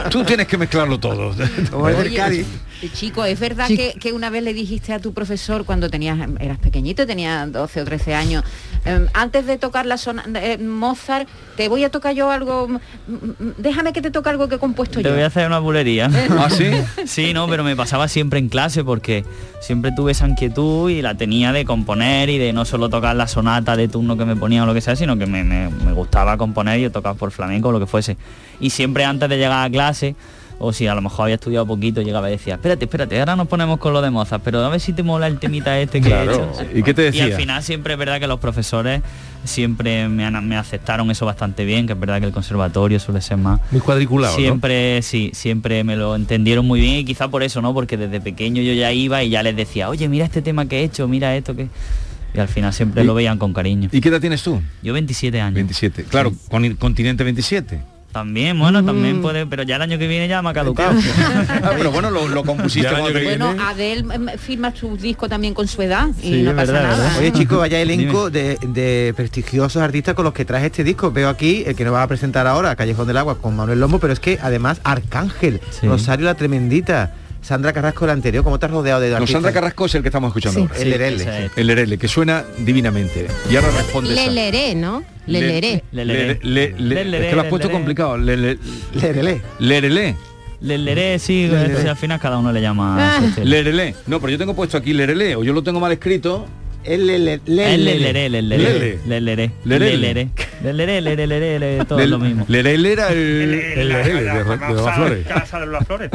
Tú tienes que mezclarlo todo. Oye, y Chico, es verdad Que, que una vez le dijiste a tu profesor cuando tenías eras pequeñito, tenías 12 o 13 años, em, antes de tocar la zona Mozart, te voy a tocar yo algo, mm, mm, déjame que te toque algo que he compuesto Te yo. voy a hacer una bulería. ¿Ah, sí? Sí, no, pero me pasaba siempre en clase porque siempre tuve esa inquietud y la tenía de componer y de no solo tocar la sonata de turno que me ponían o lo que sea, sino que me, me- me gustaba componer y yo tocaba por flamenco o lo que fuese. Y siempre antes de llegar a clase o si a lo mejor había estudiado poquito, llegaba y decía, espérate, espérate, ahora nos ponemos con lo de mozas, pero a ver si te mola el temita este que Claro. he hecho. ¿Y qué te decía? Y al final siempre es verdad que los profesores siempre me, han- me aceptaron eso bastante bien, que es verdad que el conservatorio suele ser más... Muy cuadriculado, ¿no? Siempre, sí, siempre me lo entendieron muy bien y quizá por eso, ¿no? Porque desde pequeño yo ya iba y ya les decía, oye, mira este tema que he hecho, mira esto que... Y al final siempre ¿Y- lo veían con cariño. ¿Y qué edad tienes tú? Yo 27 años. 27. Claro, con el continente 27. También, bueno, también puede, pero ya el año que viene ya me ha caducado. Ah, pero bueno, lo, lo compusiste cuando te- Bueno, Adel eh, firma su disco también con su edad y Sí, no es pasa verdad, nada. ¿verdad? Oye chicos, vaya elenco de, de prestigiosos artistas con los que traje este disco. Veo aquí el que nos va a presentar ahora, Callejón del Agua, con Manuel Lomo, pero es que además Arcángel, Rosario la Tremendita, Sandra Carrasco la anterior, ¿cómo te has rodeado de No, artistas? Sandra Carrasco es el que estamos escuchando Sí. ahora. El Lerele. ese es. El Lerele, que suena divinamente. Y ahora responde esa. Leleré, ¿no? Le- Leleré. le- le- le- Lerele, Es que lo has puesto lerele. complicado. Le- le- Lerele. Lerele. Lerele, sí, Lerele. o sea, al final cada uno le llama. a su estilo. Lerele. No, pero yo tengo puesto aquí Lerele, o yo lo tengo mal escrito. El Lele. El Lerele, Lerele, Lerele, Lerele. Lerele, Lerele, Lerele, Lerele, todo Lel- lo mismo. Lerele era el... El Lerele de Ro- de Flores. Casa de las Flores.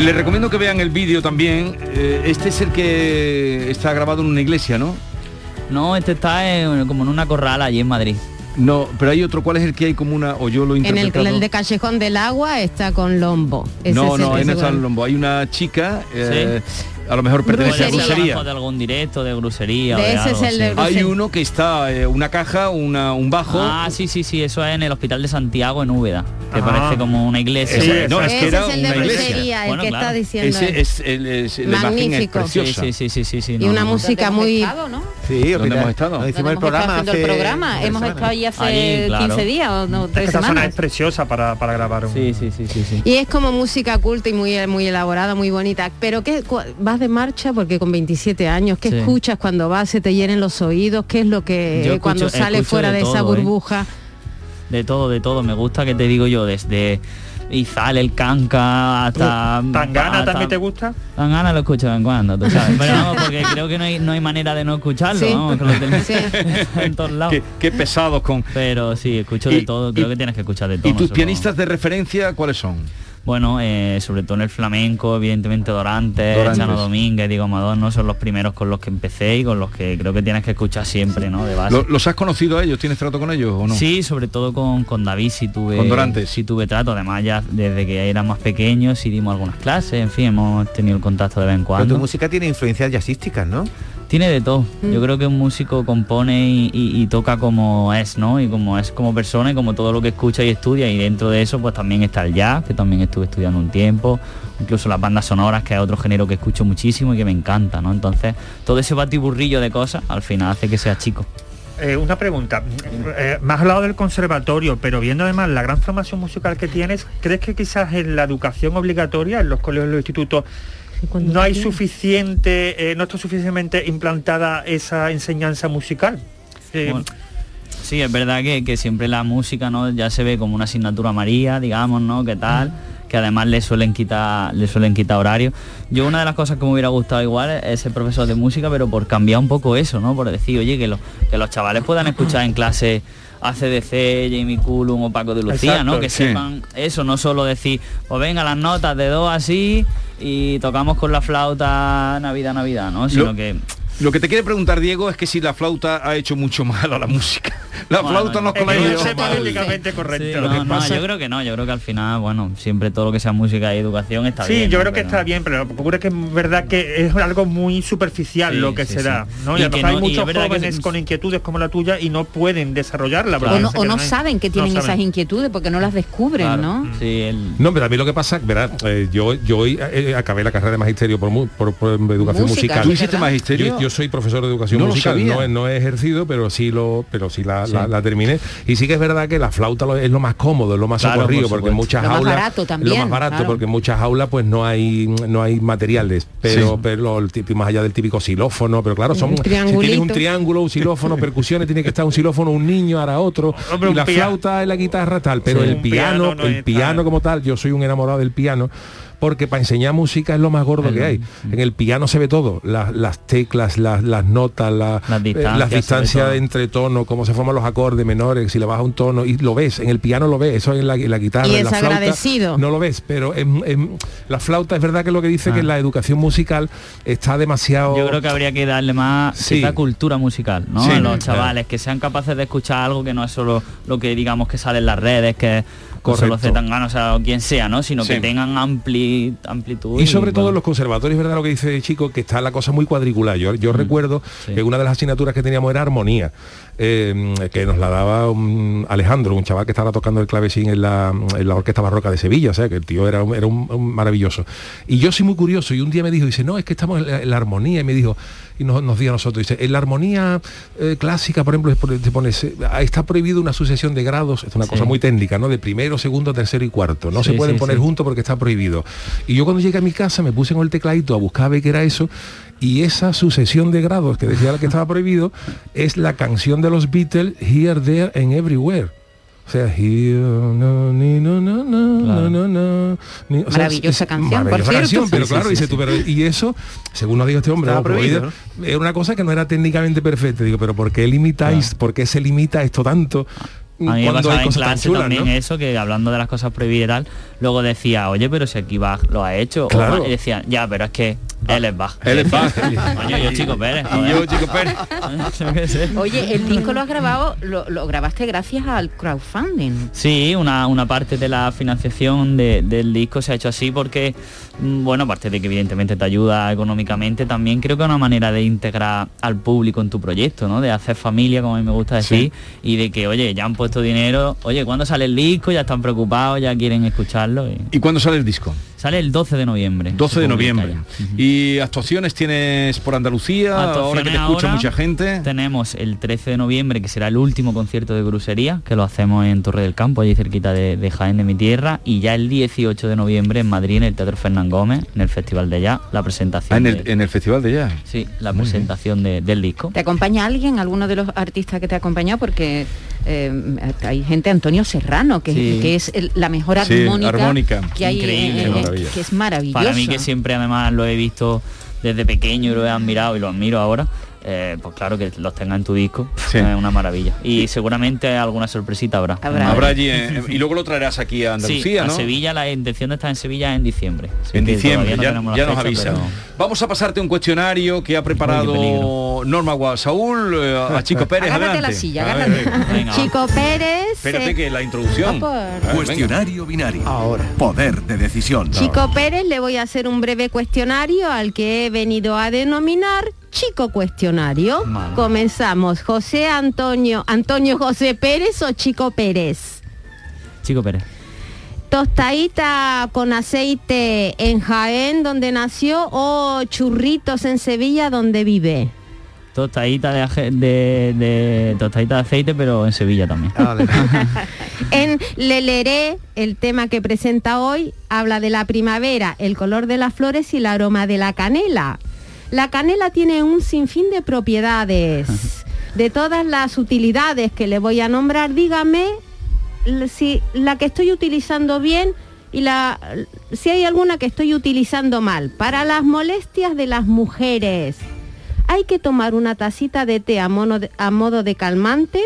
Les recomiendo que vean el vídeo también. Eh, Este es el que está grabado en una iglesia, ¿no? No, este está en- como en una corral allí en Madrid. No, pero hay otro. ¿Cuál es el que hay como una... o yo lo he En el, interpretado? el de Callejón del Agua está con Lombo. Ese es no, el no, ahí que no está el seguramente- lombo. Hay una chica, eh, a lo mejor pertenece Puede ser a brujería. trabajo de algún directo, de brujería. o De ese algo, es el sí. de Hay uno que está, eh, una caja, una, un bajo. Ah, sí, sí, sí, eso es en el Hospital de Santiago en Úbeda, que parece como una iglesia. Ese, no, es que Ah. Ese era es el de una brujería, iglesia. el que está diciendo él. Ese es, el, es- la imagen es Magnífico. preciosa. Sí, sí, sí, sí, sí, y una música muy... Sí, ¿Dónde hemos estado? Hemos hicimos el estado programa haciendo el hace- programa, hemos estado allí hace 15 días o no, tres Esta zona semanas. es preciosa para, para grabar un... Sí, sí, sí, sí, Y es como música culta y muy, muy elaborada, muy bonita. Pero ¿qué, cu- vas de marcha porque con 27 años, ¿qué Sí. escuchas cuando vas? ¿Se te llenen los oídos? ¿Qué es lo que Yo escucho- cuando sale escucho fuera de de, esa todo, ¿eh? burbuja? De todo, de todo. Me gusta que te digo yo, desde Izal, el canca, hasta. ¿Tangana hasta- también te gusta? Tangana lo escucho de vez en cuando, tú sabes. Pero vamos, porque creo que no hay, no hay manera de no escucharlo, Sí. vamos, que lo tenemos Sí. en todos lados. Qué, qué pesados con... Pero sí, escucho de todo, creo que tienes que escuchar de todo. ¿Y tus no solo- pianistas de referencia cuáles son? Bueno, eh, sobre todo en el flamenco, evidentemente Dorantes, Dorantes. Chano Domínguez, Diego Amador, ¿no? Son los primeros con los que empecé y con los que creo que tienes que escuchar siempre, ¿no? De base. ¿Lo- ¿Los has conocido a ellos? ¿Tienes trato con ellos o no? Sí, sobre todo con, con David si tuve Con Dorantes. sí tuve trato, además ya desde que eran más pequeños y dimos algunas clases, en fin, hemos tenido el contacto de vez en Pero tu cuando. música tiene influencias jazzísticas, ¿no? Tiene de todo. Yo creo que un músico compone y, y- y toca como es, ¿no? Y como es como persona y como todo lo que escucha y estudia. Y dentro de eso pues también está el jazz, que también estuve estudiando un tiempo. Incluso las bandas sonoras, que es otro género que escucho muchísimo y que me encanta, ¿no? Entonces, todo ese batiburrillo de cosas al final hace que sea chico. Eh, una pregunta. Eh, me has hablado del conservatorio, pero viendo además la gran formación musical que tienes, ¿crees que quizás en la educación obligatoria, en los colegios y los institutos, no hay suficiente, eh, no está suficientemente implantada esa enseñanza musical? Eh, Bueno, Sí, es verdad que, que siempre la música ¿no? ya se ve como una asignatura María, digamos, ¿no? ¿Qué tal? Que además le suelen quitar, le suelen quitar horario. Yo una de las cosas que me hubiera gustado igual es ser profesor de música, pero por cambiar un poco eso, ¿no? Por decir, oye, que, los que los chavales puedan escuchar en clase ACDC, Jamie Cullum o Paco de Lucía, ¿no? Exacto, Que sí. sepan eso, no solo decir, pues venga, las notas de dos así y tocamos con la flauta Navidad, Navidad, ¿no? Sino Lo- que Lo que te quiere preguntar, Diego, es que si la flauta ha hecho mucho mal a la música. La Bueno, flauta nos es con la que idea. no sé políticamente correcto. Sí, Lo no, que no, pasa- yo creo que no, yo creo que al final, bueno, siempre todo lo que sea música y educación está Sí, bien. yo ¿no? creo que Pero- está bien, pero lo que ocurre es que es verdad que es algo muy superficial Sí, lo que sí, se sí. da. ¿no? Y Y, además que no- hay y es muchos verdad que jóvenes se- con inquietudes como la tuya y no pueden desarrollarla. porque o no, se o quedan no ahí. saben que tienen esas saben. inquietudes porque no las descubren, ¿no? No, pero a mí lo que pasa, verás, eh, yo, yo eh, acabé la carrera de magisterio por, mu- por- por Música, educación musical. ¿Tú hiciste ¿verdad? magisterio? Yo, yo soy profesor de educación No lo musical, sabía. no, he- no he ejercido, pero sí lo, pero sí la, Sí. la- la terminé. Y sí que es verdad que la flauta lo- es lo más cómodo, es lo más Claro, socorrido, por porque en supuesto. muchas Lo más aulas. barato también, Lo más barato, claro. porque en muchas aulas pues no hay no hay materiales, pero, Sí. pero el típico, más allá del típico xilófono, pero claro, son Un si tienes un triangulito. triángulo, un xilófono, percusiones, tiene que estar un xilófono, un niño, ahora otro, Hombre, y un la pia- flauta y la guitarra tal, pero Sí. el Un piano, piano no el es piano como tal, yo soy un enamorado del piano. Porque para enseñar música es lo más gordo que hay. Mm. En el piano se ve todo, las, las teclas, las, las notas, la- eh, las distancias, distancias, sobre todo. entre tonos, cómo se forman los acordes menores, si le bajas un tono, y lo ves, en el piano lo ves, eso en la, en la guitarra. Y en la es flauta, agradecido. No lo ves, pero en, en- la flauta es verdad que lo que dice que la educación musical está demasiado... Ah. Yo creo que habría que darle más Sí. cierta cultura musical, ¿no? Sí, a los claro. chavales, que sean capaces de escuchar algo que no es solo lo que digamos que sale en las redes, que corre los Correcto. o sea, o quien sea, ¿no? Sino que tengan ampli, amplitud. Y sobre todo en bueno. los conservatorios, ¿verdad? Lo que dice Chico, que está la cosa muy cuadricular. Yo, yo recuerdo que una de las asignaturas que teníamos era armonía, eh, que nos la daba un Alejandro, un chaval que estaba tocando el clavecín en la, en la Orquesta Barroca de Sevilla, o sea, que el tío era, un- era un, un maravilloso. Y yo soy muy curioso, y un día me dijo, dice, no, es que estamos en la, en la armonía, y me dijo, y nos, nos dijo a nosotros, dice, en la armonía eh, clásica, por ejemplo, es por- te pones, eh, está prohibido una sucesión de grados, es una cosa muy técnica, ¿no? De primero, segundo, tercero y cuarto. No Sí, se pueden sí, poner sí. juntos porque está prohibido. Y yo cuando llegué a mi casa me puse con el tecladito a buscar a ver qué era eso. Y esa sucesión de grados que decía la que estaba prohibido es la canción de los Beatles Here, There and Everywhere. O sea, here, no, ni, no, no, no, Claro. no, no, ni- o sea, Maravillosa es- es canción, por maravillosa cierto. canción, pero Sí, sí, claro, sí, dice sí. tú, pero y eso, según nos dijo este hombre, Estaba vamos, prohibido, prohibido, era una cosa que no era técnicamente perfecta. Digo, pero ¿por qué limitáis? ¿Por qué se limita esto tanto? A mí me cuando pasaba hay en cosas tan clase chulas, también ¿no? eso, que hablando de las cosas prohibidas y tal, luego decía, oye, pero si aquí Bach lo ha hecho, o Claro. Bach- y decían, ya, pero es que él es Bach. Él es Bach. Coño, yo chico Pérez. joder. yo, Chico Pérez. Yo qué sé. Oye, el disco lo has grabado, lo, lo grabaste gracias al crowdfunding. Sí, una, una parte de la financiación de- del disco se ha hecho así porque, mm, bueno, aparte de que evidentemente te ayuda económicamente, también creo que es una manera de integrar al público en tu proyecto, ¿no? De hacer familia, como a mí me gusta decir, y de que, oye, ya han puesto dinero, oye, ¿cuándo sale el disco? Ya están preocupados, ya quieren escucharlo. y- ¿Y cuándo sale el disco? Sale el 12 de noviembre. 12 de Se publica noviembre. ya. ¿Y actuaciones tienes por Andalucía? ahora que te Actuaciones escucha ahora mucha gente. Tenemos el 13 de noviembre, que será el último concierto de Grusería, que lo hacemos en Torre del Campo, allí cerquita de, de Jaén de mi tierra, y ya el 18 de noviembre en Madrid, en el Teatro Fernán Gómez, en el Festival de Ya, la presentación. Ah, en, el, de- en el festival de ya. sí, la presentación de- del disco. ¿Te acompaña alguien, alguno de los artistas que te ha acompañado? Porque eh, hay gente, Antonio Serrano, que, Sí. que es el- la mejor Sí, armónica, armónica. que hay, Increíble. eh, Qué eh, maravilla. que es maravilloso. Para mí que siempre además lo he visto desde pequeño y lo he admirado y lo admiro ahora. eh, pues claro que los tenga en tu disco Sí. es una maravilla y seguramente alguna sorpresita habrá Habrá. Habrá allí, eh, y luego lo traerás aquí a Andalucía, sí, ¿no? a Sevilla la intención de estar en Sevilla es en diciembre Así En que diciembre, todavía no ya, tenemos la ya nos fecha, avisa. pero- Vamos a pasarte un cuestionario que ha preparado Norma Guasaúl eh, a Chico Pérez. Agárrate adelante. la silla, A ver, eh, agárrate. venga. Chico Pérez. Espérate eh, que la introducción. va por- A ver, Cuestionario binario. Ahora. Poder de decisión. Chico Pérez, le voy a hacer un breve cuestionario al que he venido a denominar Chico Cuestionario. Vale. Comenzamos. José Antonio, Antonio José Pérez o Chico Pérez. Chico Pérez Tostadita con aceite en Jaén, donde nació, o churritos en Sevilla, donde vive. tostadita de, aje- de, de- tostadita de aceite pero en Sevilla también Ah, En Le Leeré, el tema que presenta hoy, habla de la primavera, el color de las flores y el aroma de la canela. La canela tiene un sinfín de propiedades. De todas las utilidades que le voy a nombrar, dígame l- si la que estoy utilizando bien y la si hay alguna que estoy utilizando mal. Para las molestias de las mujeres, hay que tomar una tacita de té a mono de- a modo de calmante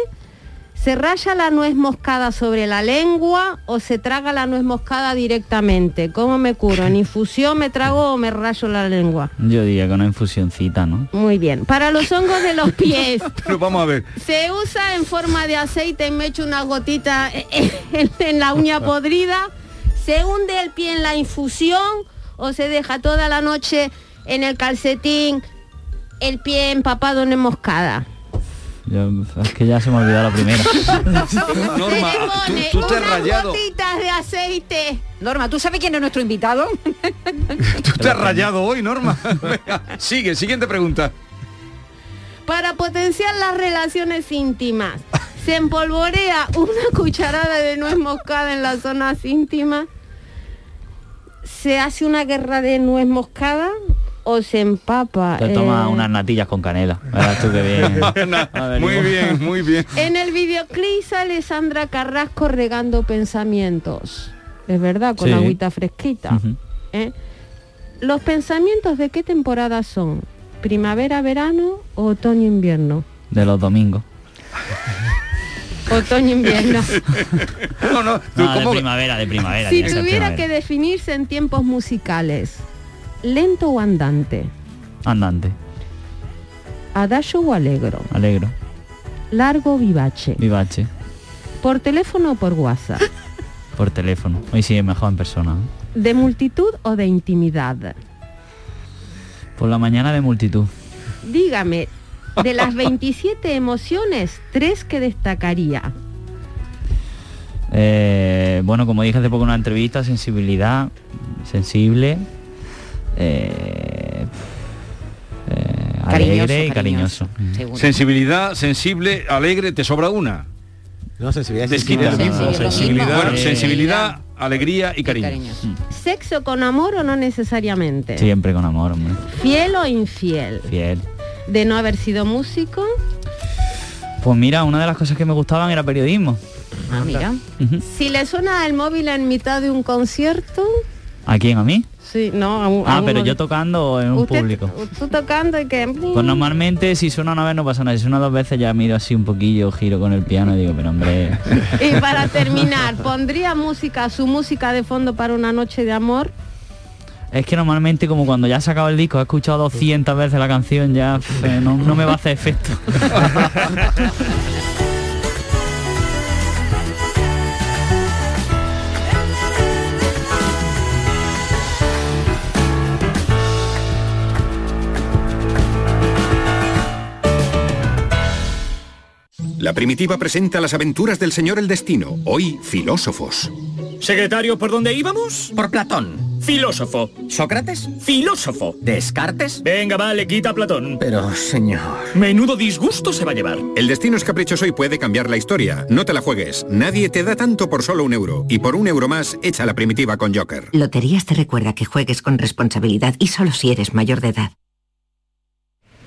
¿Se raya la nuez moscada sobre la lengua o se traga la nuez moscada directamente? ¿Cómo me curo? ¿En infusión me trago o me rayo la lengua? Yo diría que una infusioncita, ¿no? Muy bien. Para los hongos de los pies, Pero vamos a ver. se usa en forma de aceite, me echo una gotita en, en la uña podrida, se hunde el pie en la infusión o se deja toda la noche en el calcetín el pie empapado en moscada. Yo- es que ya se me ha olvidado la primera. Norma, tú, Pone tú te has unas rayado. gotitas de aceite. Norma, ¿tú sabes quién es nuestro invitado? Tú te has rayado hoy, Norma. Venga, sigue, siguiente pregunta. Para potenciar las relaciones íntimas, se empolvorea una cucharada de nuez moscada en las zonas íntimas. Se hace una guerra de nuez moscada o se empapa. Te eh, toma unas natillas con canela. Verás tú qué bien. Muy bien, muy bien. En el videoclip sale Sandra Carrasco regando pensamientos. Es verdad, con Sí. agüita fresquita. Ujú. ¿eh? ¿Los pensamientos de qué temporada son? ¿Primavera, verano o otoño-invierno? De los domingos. Otoño-invierno. No, no, No, de primavera, de primavera. si tiene ser tuviera primavera. que definirse en tiempos musicales, lento o andante, Andante, adagio o alegro, alegro, largo o vivache, vivache, por teléfono o por WhatsApp, por teléfono. Hoy sí es mejor en persona. ¿no? de multitud o de intimidad. Por la mañana de multitud. Dígame, de las 27 emociones, tres que destacaría. Eh, bueno, como dije hace poco en una entrevista, sensibilidad, sensible, eh, eh, Cariñoso, alegre y cariñoso, cariñoso. Sensibilidad, sensible, alegre, te sobra una. No, sensibilidad. Describe sensibilidad. mismo. Sensibilidad, Bueno, eh, sensibilidad, alegría y cariño. Sexo con amor o no necesariamente. Siempre con amor, hombre. Fiel o infiel. Fiel. De no haber sido músico. Pues mira, una de las cosas que me gustaban era periodismo. Ah, mira. Ujú. Si le suena el móvil en mitad de un concierto. ¿A quién? ¿A mí? Sí, no, a un- a Ah, un pero móvil. yo tocando o en un Uh, Usted- público. Tú tocando y que... mm, Pues normalmente si suena una vez no pasa nada, si suena dos veces ya miro así un poquillo, giro con el piano y digo, pero hombre, Y para terminar, ¿pondría música, su música de fondo para una noche de amor? es que normalmente como cuando ya has sacado el disco, he escuchado 200 veces la canción, ya pf, eh, no, no me va a hacer efecto. La primitiva presenta las aventuras del señor el destino, hoy filósofos. Secretario, ¿por dónde íbamos? Por Platón. Filósofo. ¿Sócrates? Filósofo. ¿Descartes? Venga, vale, quita a Platón. Pero, señor. Menudo disgusto se va a llevar. El destino es caprichoso y puede cambiar la historia. No te la juegues. Nadie te da tanto por solo un euro. Y por un euro más, echa la primitiva con Joker. Loterías te recuerda que juegues con responsabilidad y solo si eres mayor de edad.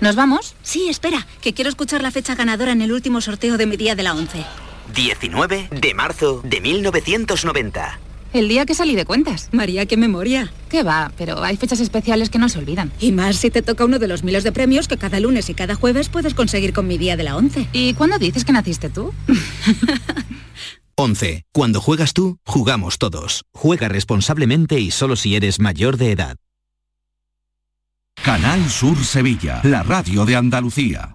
¿Nos vamos? Sí, espera, que quiero escuchar la fecha ganadora en el último sorteo de mi día de la 11. 19 de marzo de 1990. El día que salí de cuentas. María, qué memoria. Qué va, pero hay fechas especiales que no se olvidan. Y más si te toca uno de los miles de premios que cada lunes y cada jueves puedes conseguir con mi día de la 11. ¿Y cuándo dices que naciste tú? 11. Cuando juegas tú, jugamos todos. Juega responsablemente y solo si eres mayor de edad. Canal Sur Sevilla, la radio de Andalucía.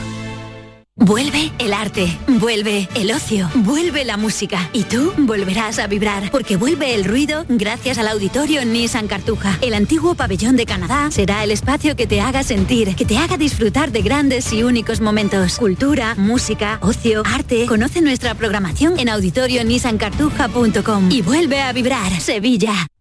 Vuelve el arte, vuelve el ocio, vuelve la música y tú volverás a vibrar porque vuelve el ruido gracias al auditorio Nissan Cartuja. El antiguo pabellón de Canadá será el espacio que te haga sentir, que te haga disfrutar de grandes y únicos momentos. Cultura, música, ocio, arte. Conoce nuestra programación en auditorionissancartuja.com y vuelve a vibrar Sevilla.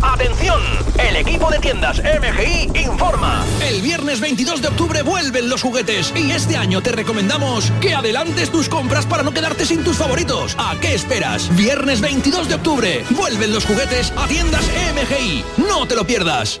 ¡Atención! El equipo de tiendas MGI informa. El viernes 22 de octubre vuelven los juguetes y este año te recomendamos que adelantes tus compras para no quedarte sin tus favoritos. ¿A qué esperas? Viernes 22 de octubre vuelven los juguetes a tiendas MGI. No te lo pierdas.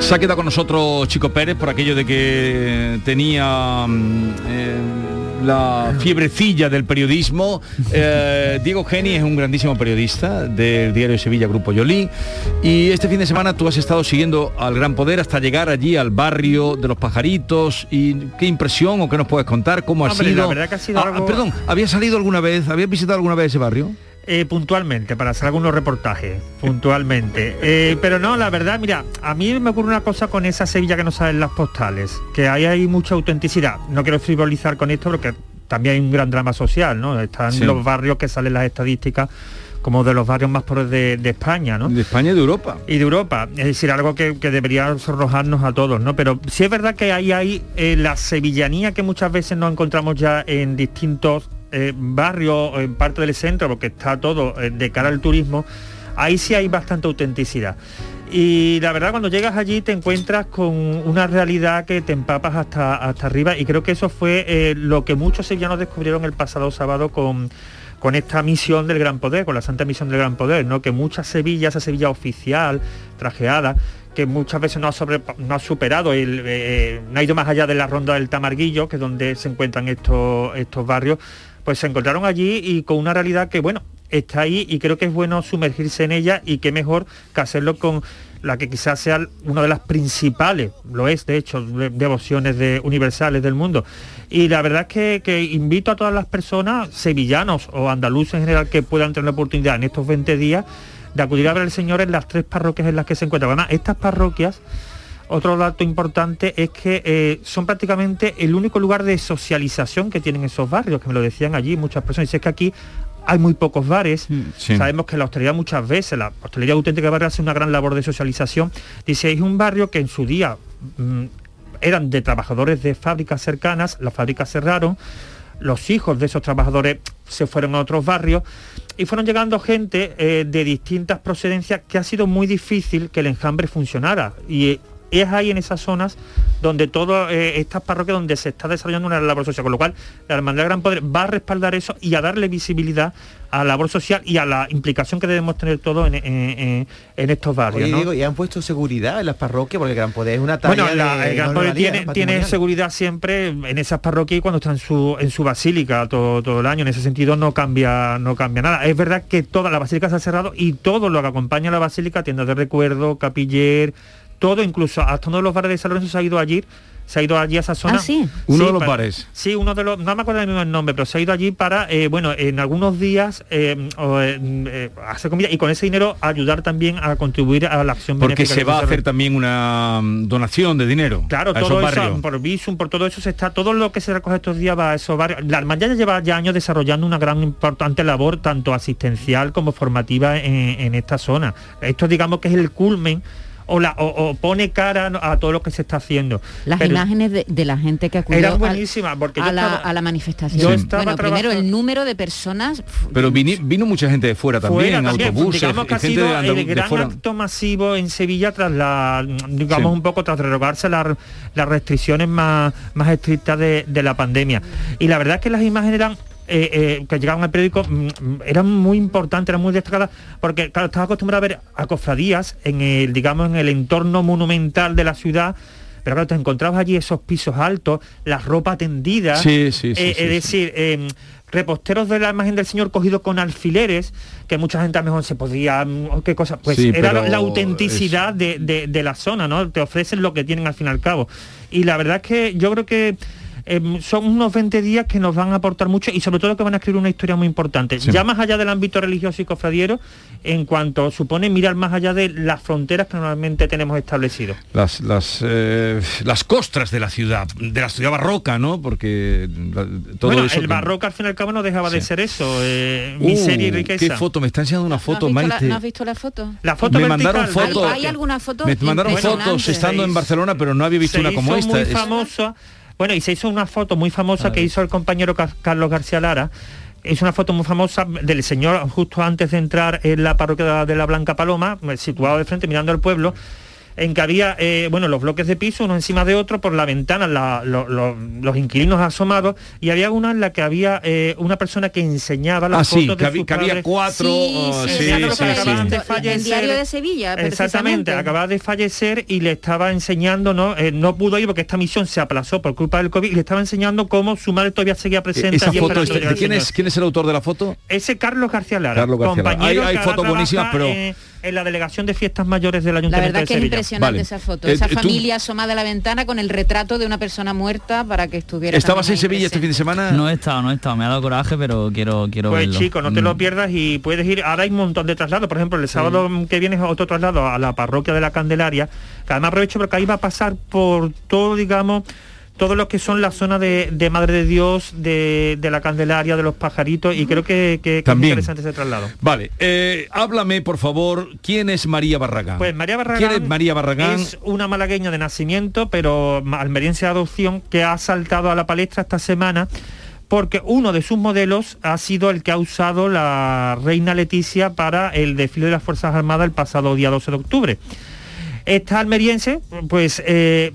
Se ha quedado con nosotros Chico Pérez por aquello de que tenía mm, eh, la fiebrecilla del periodismo. Eh, Diego Geni es un grandísimo periodista del diario de Sevilla Grupo Yolí. Y este fin de semana tú has estado siguiendo al Gran Poder hasta llegar allí al barrio de los pajaritos. ¿Y qué impresión o qué nos puedes contar? ¿Cómo ha Hombre, la sido? verdad que ha sido Ah, algo- Perdón, ¿habías salido alguna vez? ¿Habías visitado alguna vez ese barrio? Eh, puntualmente, para hacer algunos reportajes, puntualmente. Eh, pero no, la verdad, mira, a mí me ocurre una cosa con esa Sevilla que no salen las postales, que ahí hay mucha autenticidad. No quiero frivolizar con esto porque también hay un gran drama social, ¿no? Están Sí. los barrios que salen las estadísticas como de los barrios más pobres de, de España, ¿no? De España y de Europa. Y de Europa, es decir, algo que, que debería sonrojarnos a todos, ¿no? Pero sí es verdad que ahí hay eh, la sevillanía que muchas veces nos encontramos ya en distintos eh, barrios, en parte del centro, porque está todo eh, de cara al turismo, ahí sí hay bastante autenticidad. Y la verdad cuando llegas allí te encuentras con una realidad que te empapas hasta, hasta arriba y creo que eso fue eh, lo que muchos sevillanos descubrieron el pasado sábado con, con esta misión del Gran Poder, con la Santa Misión del Gran Poder, ¿no? que muchas Sevilla, esa Sevilla oficial, trajeada, que muchas veces no ha, sobre- no ha superado, el, eh, no ha ido más allá de la ronda del Tamarguillo, que es donde se encuentran estos, estos barrios, pues se encontraron allí y con una realidad que, bueno, está ahí y creo que es bueno sumergirse en ella y qué mejor que hacerlo con la que quizás sea una de las principales, lo es de hecho, de- devociones de, universales del mundo. Y la verdad es que, que invito a todas las personas, sevillanos o andaluces en general, que puedan tener la oportunidad en estos 20 días de acudir a ver al Señor en las tres parroquias en las que se encuentra. Además, estas parroquias otro dato importante es que eh, son prácticamente el único lugar de socialización que tienen esos barrios, que me lo decían allí muchas personas. Y es que aquí hay muy pocos bares. sí. Sabemos que la hostelería muchas veces, la hostelería auténtica de barrio hace una gran labor de socialización. Dice, es un barrio que en su día mm, eran de trabajadores de fábricas cercanas, las fábricas cerraron, los hijos de esos trabajadores se fueron a otros barrios y fueron llegando gente eh, de distintas procedencias que ha sido muy difícil que el enjambre funcionara. Y eh, es ahí en esas zonas donde todas eh, estas parroquias donde se está desarrollando una labor social, con lo cual la Hermandad del Gran Poder va a respaldar eso y a darle visibilidad a la labor social y a la implicación que debemos tener todos en, en- en- en estos barrios. Oye, ¿no? Diego, ¿y han puesto seguridad en las parroquias? Porque el Gran Poder es una tarea Bueno, la- de el Gran enorme Poder valía tiene, tiene patrimonial. seguridad siempre en esas parroquias y cuando está en su, en su basílica todo, todo el año. En ese sentido no cambia, no cambia nada. Es verdad que toda la basílica se ha cerrado y todo lo que acompaña a la basílica, tiendas de recuerdo, capiller, todo, incluso hasta uno de los bares de San Lorenzo se ha ido allí. Se ha ido allí a esa zona. ¿Ah, sí? Uno de los para- bares. Sí, uno de los. No me acuerdo ahora mismo el nombre, pero se ha ido allí para, eh, bueno, en algunos días eh, o, eh, eh, hacer comida y con ese dinero ayudar también a contribuir a la acción Porque benéfica que se va a hace San hacer también una mm, donación de dinero. Claro, a esos todo barrios. eso, por Visum, por todo eso se está, todo lo que se recoge estos días va a esos barrios. La hermandad ya lleva ya años desarrollando una gran importante labor, tanto asistencial como formativa en, en esta zona. Esto digamos que es el culmen o, la, o, o pone cara a todo lo que se está haciendo. Las Pero- imágenes de, de la gente que acudió Eran al- buenísimas, porque yo a, la, estaba- a la manifestación. Yo estaba bueno, primero trabajando- el número de personas Pero vini- vino mucha gente de fuera también, Fuera también, autobuses, digamos que y ha gente sido de, Andalu- el de gran fuera. acto masivo en Sevilla tras la digamos Sí. un poco tras derogarse la- las restricciones más, más estrictas de, de la pandemia y la verdad es que las imágenes eran eh, eh, que llegaban al periódico mm, mm, eran muy importantes eran muy destacadas porque claro estaba acostumbrado a ver a cofradías en el digamos en el entorno monumental de la ciudad pero claro, te encontrabas allí esos pisos altos, la ropa tendida, Sí, sí, sí, eh, sí, es sí. decir, eh, reposteros de la imagen del Señor cogidos con alfileres, que mucha gente a lo mejor se podía, mm, oh, qué cosa, pues Sí, era pero la autenticidad de, de- de la zona, ¿no? Te ofrecen lo que tienen al fin y al cabo. Y la verdad es que yo creo que em, son unos 20 días que nos van a aportar mucho y sobre todo que van a escribir una historia muy importante. Sí. Ya más allá del ámbito religioso y cofradiero, en cuanto supone mirar más allá de las fronteras que normalmente tenemos establecidos. Las, las, eh, las costras de la ciudad, de la ciudad barroca, ¿no? Porque la- todo bueno, eso... el que- barroco al fin y al cabo no dejaba de ser eso, eh, Uh, miseria y riqueza. ¿Qué foto? Me está enseñando una ¿No has, foto, visto la, Maite. no has visto la foto? La me mandaron Hay- fotos. Hay, algunas fotos me mandaron fotos estando en Barcelona, pero no había visto se una como esta. hizo muy Es- e-, famosa bueno y se hizo una foto muy famosa que hizo el compañero Ca- Carlos García Lara es una foto muy famosa del señor justo antes de entrar en la parroquia de la Blanca Paloma eh, situado de frente mirando al pueblo en que había eh, bueno los bloques de piso uno encima de otro por la ventana la- lo- lo- los inquilinos asomados y había una en la que había eh, una persona que enseñaba las Ah, sí, fotos de que había- sus que había padres. cuatro, Sí, oh, sí, sí, Enseñándolos sí, que acababan sí. de El fallecer. Diario de Sevilla, Exactamente, Ah, precisamente. acababa de fallecer y le estaba enseñando, no Eh, no pudo ir porque esta misión se aplazó por culpa del COVID, y le estaba enseñando cómo su madre todavía seguía E-, presente. Esa allí foto, esperando está- llegar ¿de al quién señor. es, quién es el autor de la foto? Ese Carlos García Lara, Carlos García Lara. compañero Hay- hay que ahora fotos trabaja, buenísimas, pero- eh, en la delegación de fiestas mayores del La Ayuntamiento verdad que es de Sevilla. impresionante Vale. esa foto. Eh, esa eh, tú- familia asomada a la ventana con el retrato de una persona muerta para que estuviera. ¿Estabas también en ahí Sevilla presente. este fin de semana? No he estado, no he estado. Me ha dado coraje, pero quiero, quiero Pues verlo. Mm. chico, no te lo pierdas y puedes ir. Ahora hay un montón de traslados. Por ejemplo, el sábado que viene es otro traslado a la parroquia de la Candelaria. Que además aprovecho porque ahí va a pasar por todo, digamos, todo lo que son la zona de, de Madre de Dios, de, de la Candelaria, de los pajaritos. Y creo que, que- que También. es interesante ese traslado. Vale, eh, háblame por favor, ¿quién es María Barragán? Pues María Barragán, ¿Quién es María Barragán? es una malagueña de nacimiento, pero ma- almeriense de adopción, que ha saltado a la palestra esta semana porque uno de sus modelos ha sido el que ha usado la reina Leticia para el desfile de las Fuerzas Armadas el pasado día 12 de octubre. Esta almeriense, pues eh,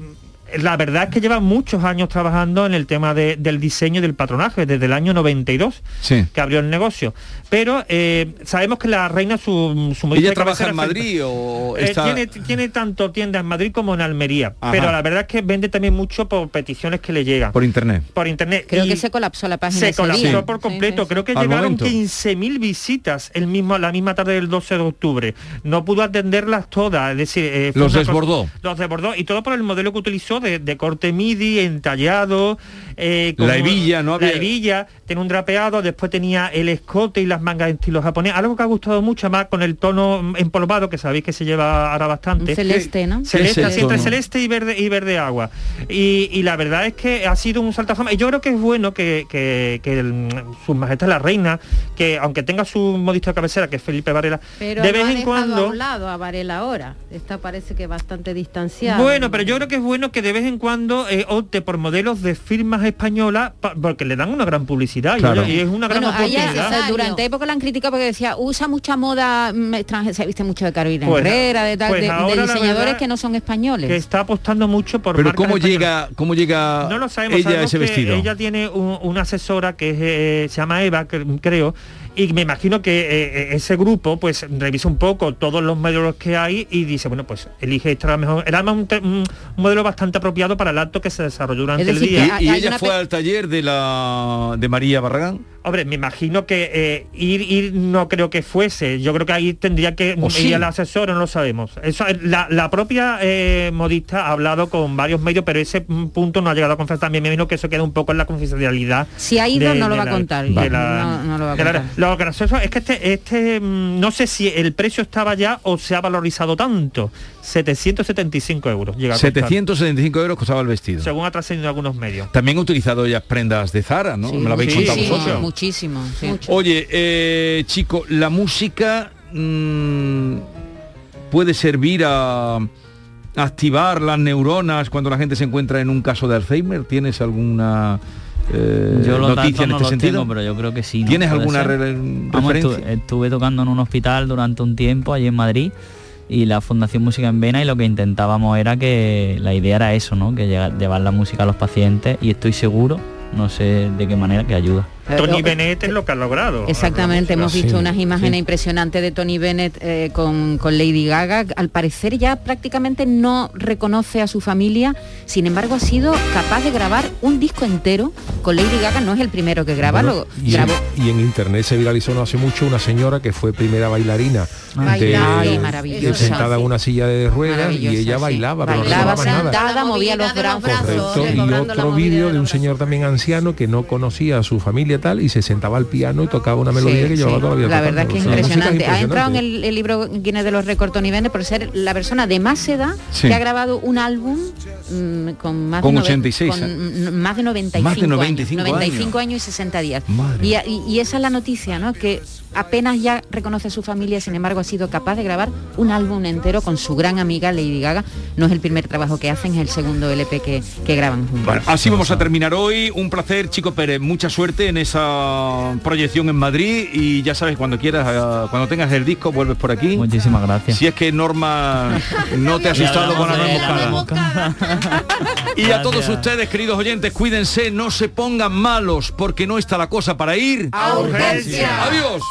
la verdad es que lleva muchos años trabajando en el tema de- del diseño y del patronaje, desde el año 92 Sí. que abrió el negocio. Pero eh, sabemos que la reina, su, su modista ¿Ella de trabaja cabecera en Madrid o eh, está...? tiene, tiene tanto tienda en Madrid como en Almería, Ajá. pero la verdad es que vende también mucho por peticiones que le llegan. Por internet. Por internet. Creo Y que se colapsó la página. se ese día. colapsó por completo. Creo que Al llegaron momento. 15.000 visitas el mismo, la misma tarde del 12 de octubre. No pudo atenderlas todas. Es decir, eh, fue Los una cosa- desbordó. los desbordó. Y todo por el modelo que utilizó de, de corte midi, entallado. eh, La hebilla, ¿no? La Había- hebilla, tenía un drapeado, después tenía el escote y las mangas en estilo japonés. Algo que ha gustado mucho más con el tono mm, empolvado, que sabéis que se lleva ahora bastante. Un celeste, ¿no? Celeste, ¿Qué es así esto, entre no? celeste y verde y verde agua. Y, y la verdad es que ha sido un salto a fama. Y yo creo que es bueno que, que- que el- su majestad la reina, que aunque tenga su modista de cabecera, que es Felipe Varela, Pero de lo vez ha en dejado a cuando. un lado a Varela ahora. Esta parece que bastante distanciada. Bueno, pero yo creo que es bueno que de vez en cuando eh, opte por modelos de firmas españolas pa- porque le dan una gran publicidad y Claro. oye, y, es una gran Bueno, a ella, oportunidad. eh, durante época la han criticado porque decía, usa mucha moda mm, extranjera, se viste mucho de Carolina Pues, Herrera, de, tal, pues de- de ahora la diseñadores verdad que no son españoles. que está apostando mucho por Pero marcas ¿cómo españolas. llega, ¿cómo llega No lo sabemos. ella a sabemos ese que vestido? Ella tiene un- una asesora que es, eh, se llama Eva, cre- creo, y me imagino que eh, eh, ese grupo pues revisa un poco todos los modelos que hay y dice, bueno, pues elige esta la mejor. Era además un, te- un modelo bastante apropiado para el acto que se desarrolló durante Es el decir, día. y, y ella fue al taller de la de María Barragán. Hombre, me imagino que eh, ir, ir no creo que fuese. Yo creo que ahí tendría que O ir sí. al asesor, no lo sabemos. Eso, es- la, la propia eh, modista ha hablado con varios medios, pero ese mm, punto no ha llegado a confesar. También me imagino que eso queda un poco en la confidencialidad. Si ha ido, no lo va a la- contar. de Vale. la- No- no lo va a de la- contar. lo gracioso es que este, este mm, no sé si el precio estaba ya o se ha valorizado tanto. 775 euros. Llega a costar, 775 euros costaba el vestido. Según ha trascendido algunos medios. También he utilizado ellas prendas de Zara, ¿no? Sí, Me lo habéis muchísimo, contado vosotros. Muchísimo, sí. Oye, eh, chico, la música mm, puede servir a activar las neuronas cuando la gente se encuentra en un caso de Alzheimer. ¿Tienes alguna eh, Mm. Yo lo noticia en no este lo sentido? tengo, pero yo creo que sí. ¿no? ¿Tienes Puede alguna ser. re- Vamos, estu- referencia? Estuve, tocando en un hospital durante un tiempo allí en Madrid y la Fundación Música en Vena y lo que intentábamos era que la idea era eso, ¿no? Que llega- llevar la música a los pacientes y estoy seguro, no sé de qué manera, que ayuda. Tony Bennett es lo que ha logrado. Eh, Exactamente, hemos visto Sí, unas sí. imágenes impresionantes de Tony Bennett eh, con, con Lady Gaga. Al parecer ya prácticamente no reconoce a su familia, sin embargo ha sido capaz de grabar un disco entero con Lady Gaga, no es el primero que graba, Bueno, lo y, en, grabó. y en internet se viralizó no hace mucho una señora que fue primera bailarina. Bailar, de- Ah, maravillosa. sentada en una silla de ruedas y Maravillosa, ella sí. bailaba, pero Bailaba no bailaba nada. sentada, movía los brazos. Correcto, y otro vídeo de un señor también anciano que no conocía a su familia tal y se sentaba al piano y tocaba una Sí, melodía que sí. llevaba toda la vida La verdad tocando. que es O sea, la música impresionante. Ha entrado en impresionante. el, el libro Guinness de los récords Tony Bennett por ser la persona de más edad Sí. que ha grabado un álbum mm, con más Con de 86, con, ¿eh? mm, más de 95 Más de 95 años, años. 95 años y 60 días. Madre Y, y- y esa es la noticia, ¿no? Que apenas ya reconoce a su familia, sin embargo ha sido capaz de grabar un álbum entero con su gran amiga Lady Gaga. No es el primer trabajo que hacen, es el segundo LP que, que graban juntos. Bueno, así vamos a terminar hoy. Un placer, Chico Pérez. Mucha suerte en esa proyección en Madrid y ya sabes, cuando quieras, eh, cuando tengas el disco, vuelves por aquí. Muchísimas gracias. Si es que Norma no te ha Ya asustado con la hablamos de la nueva nueva Y a todos Gracias. ustedes, queridos oyentes, cuídense, no se pongan malos porque no está la cosa para ir A urgencia. Adiós.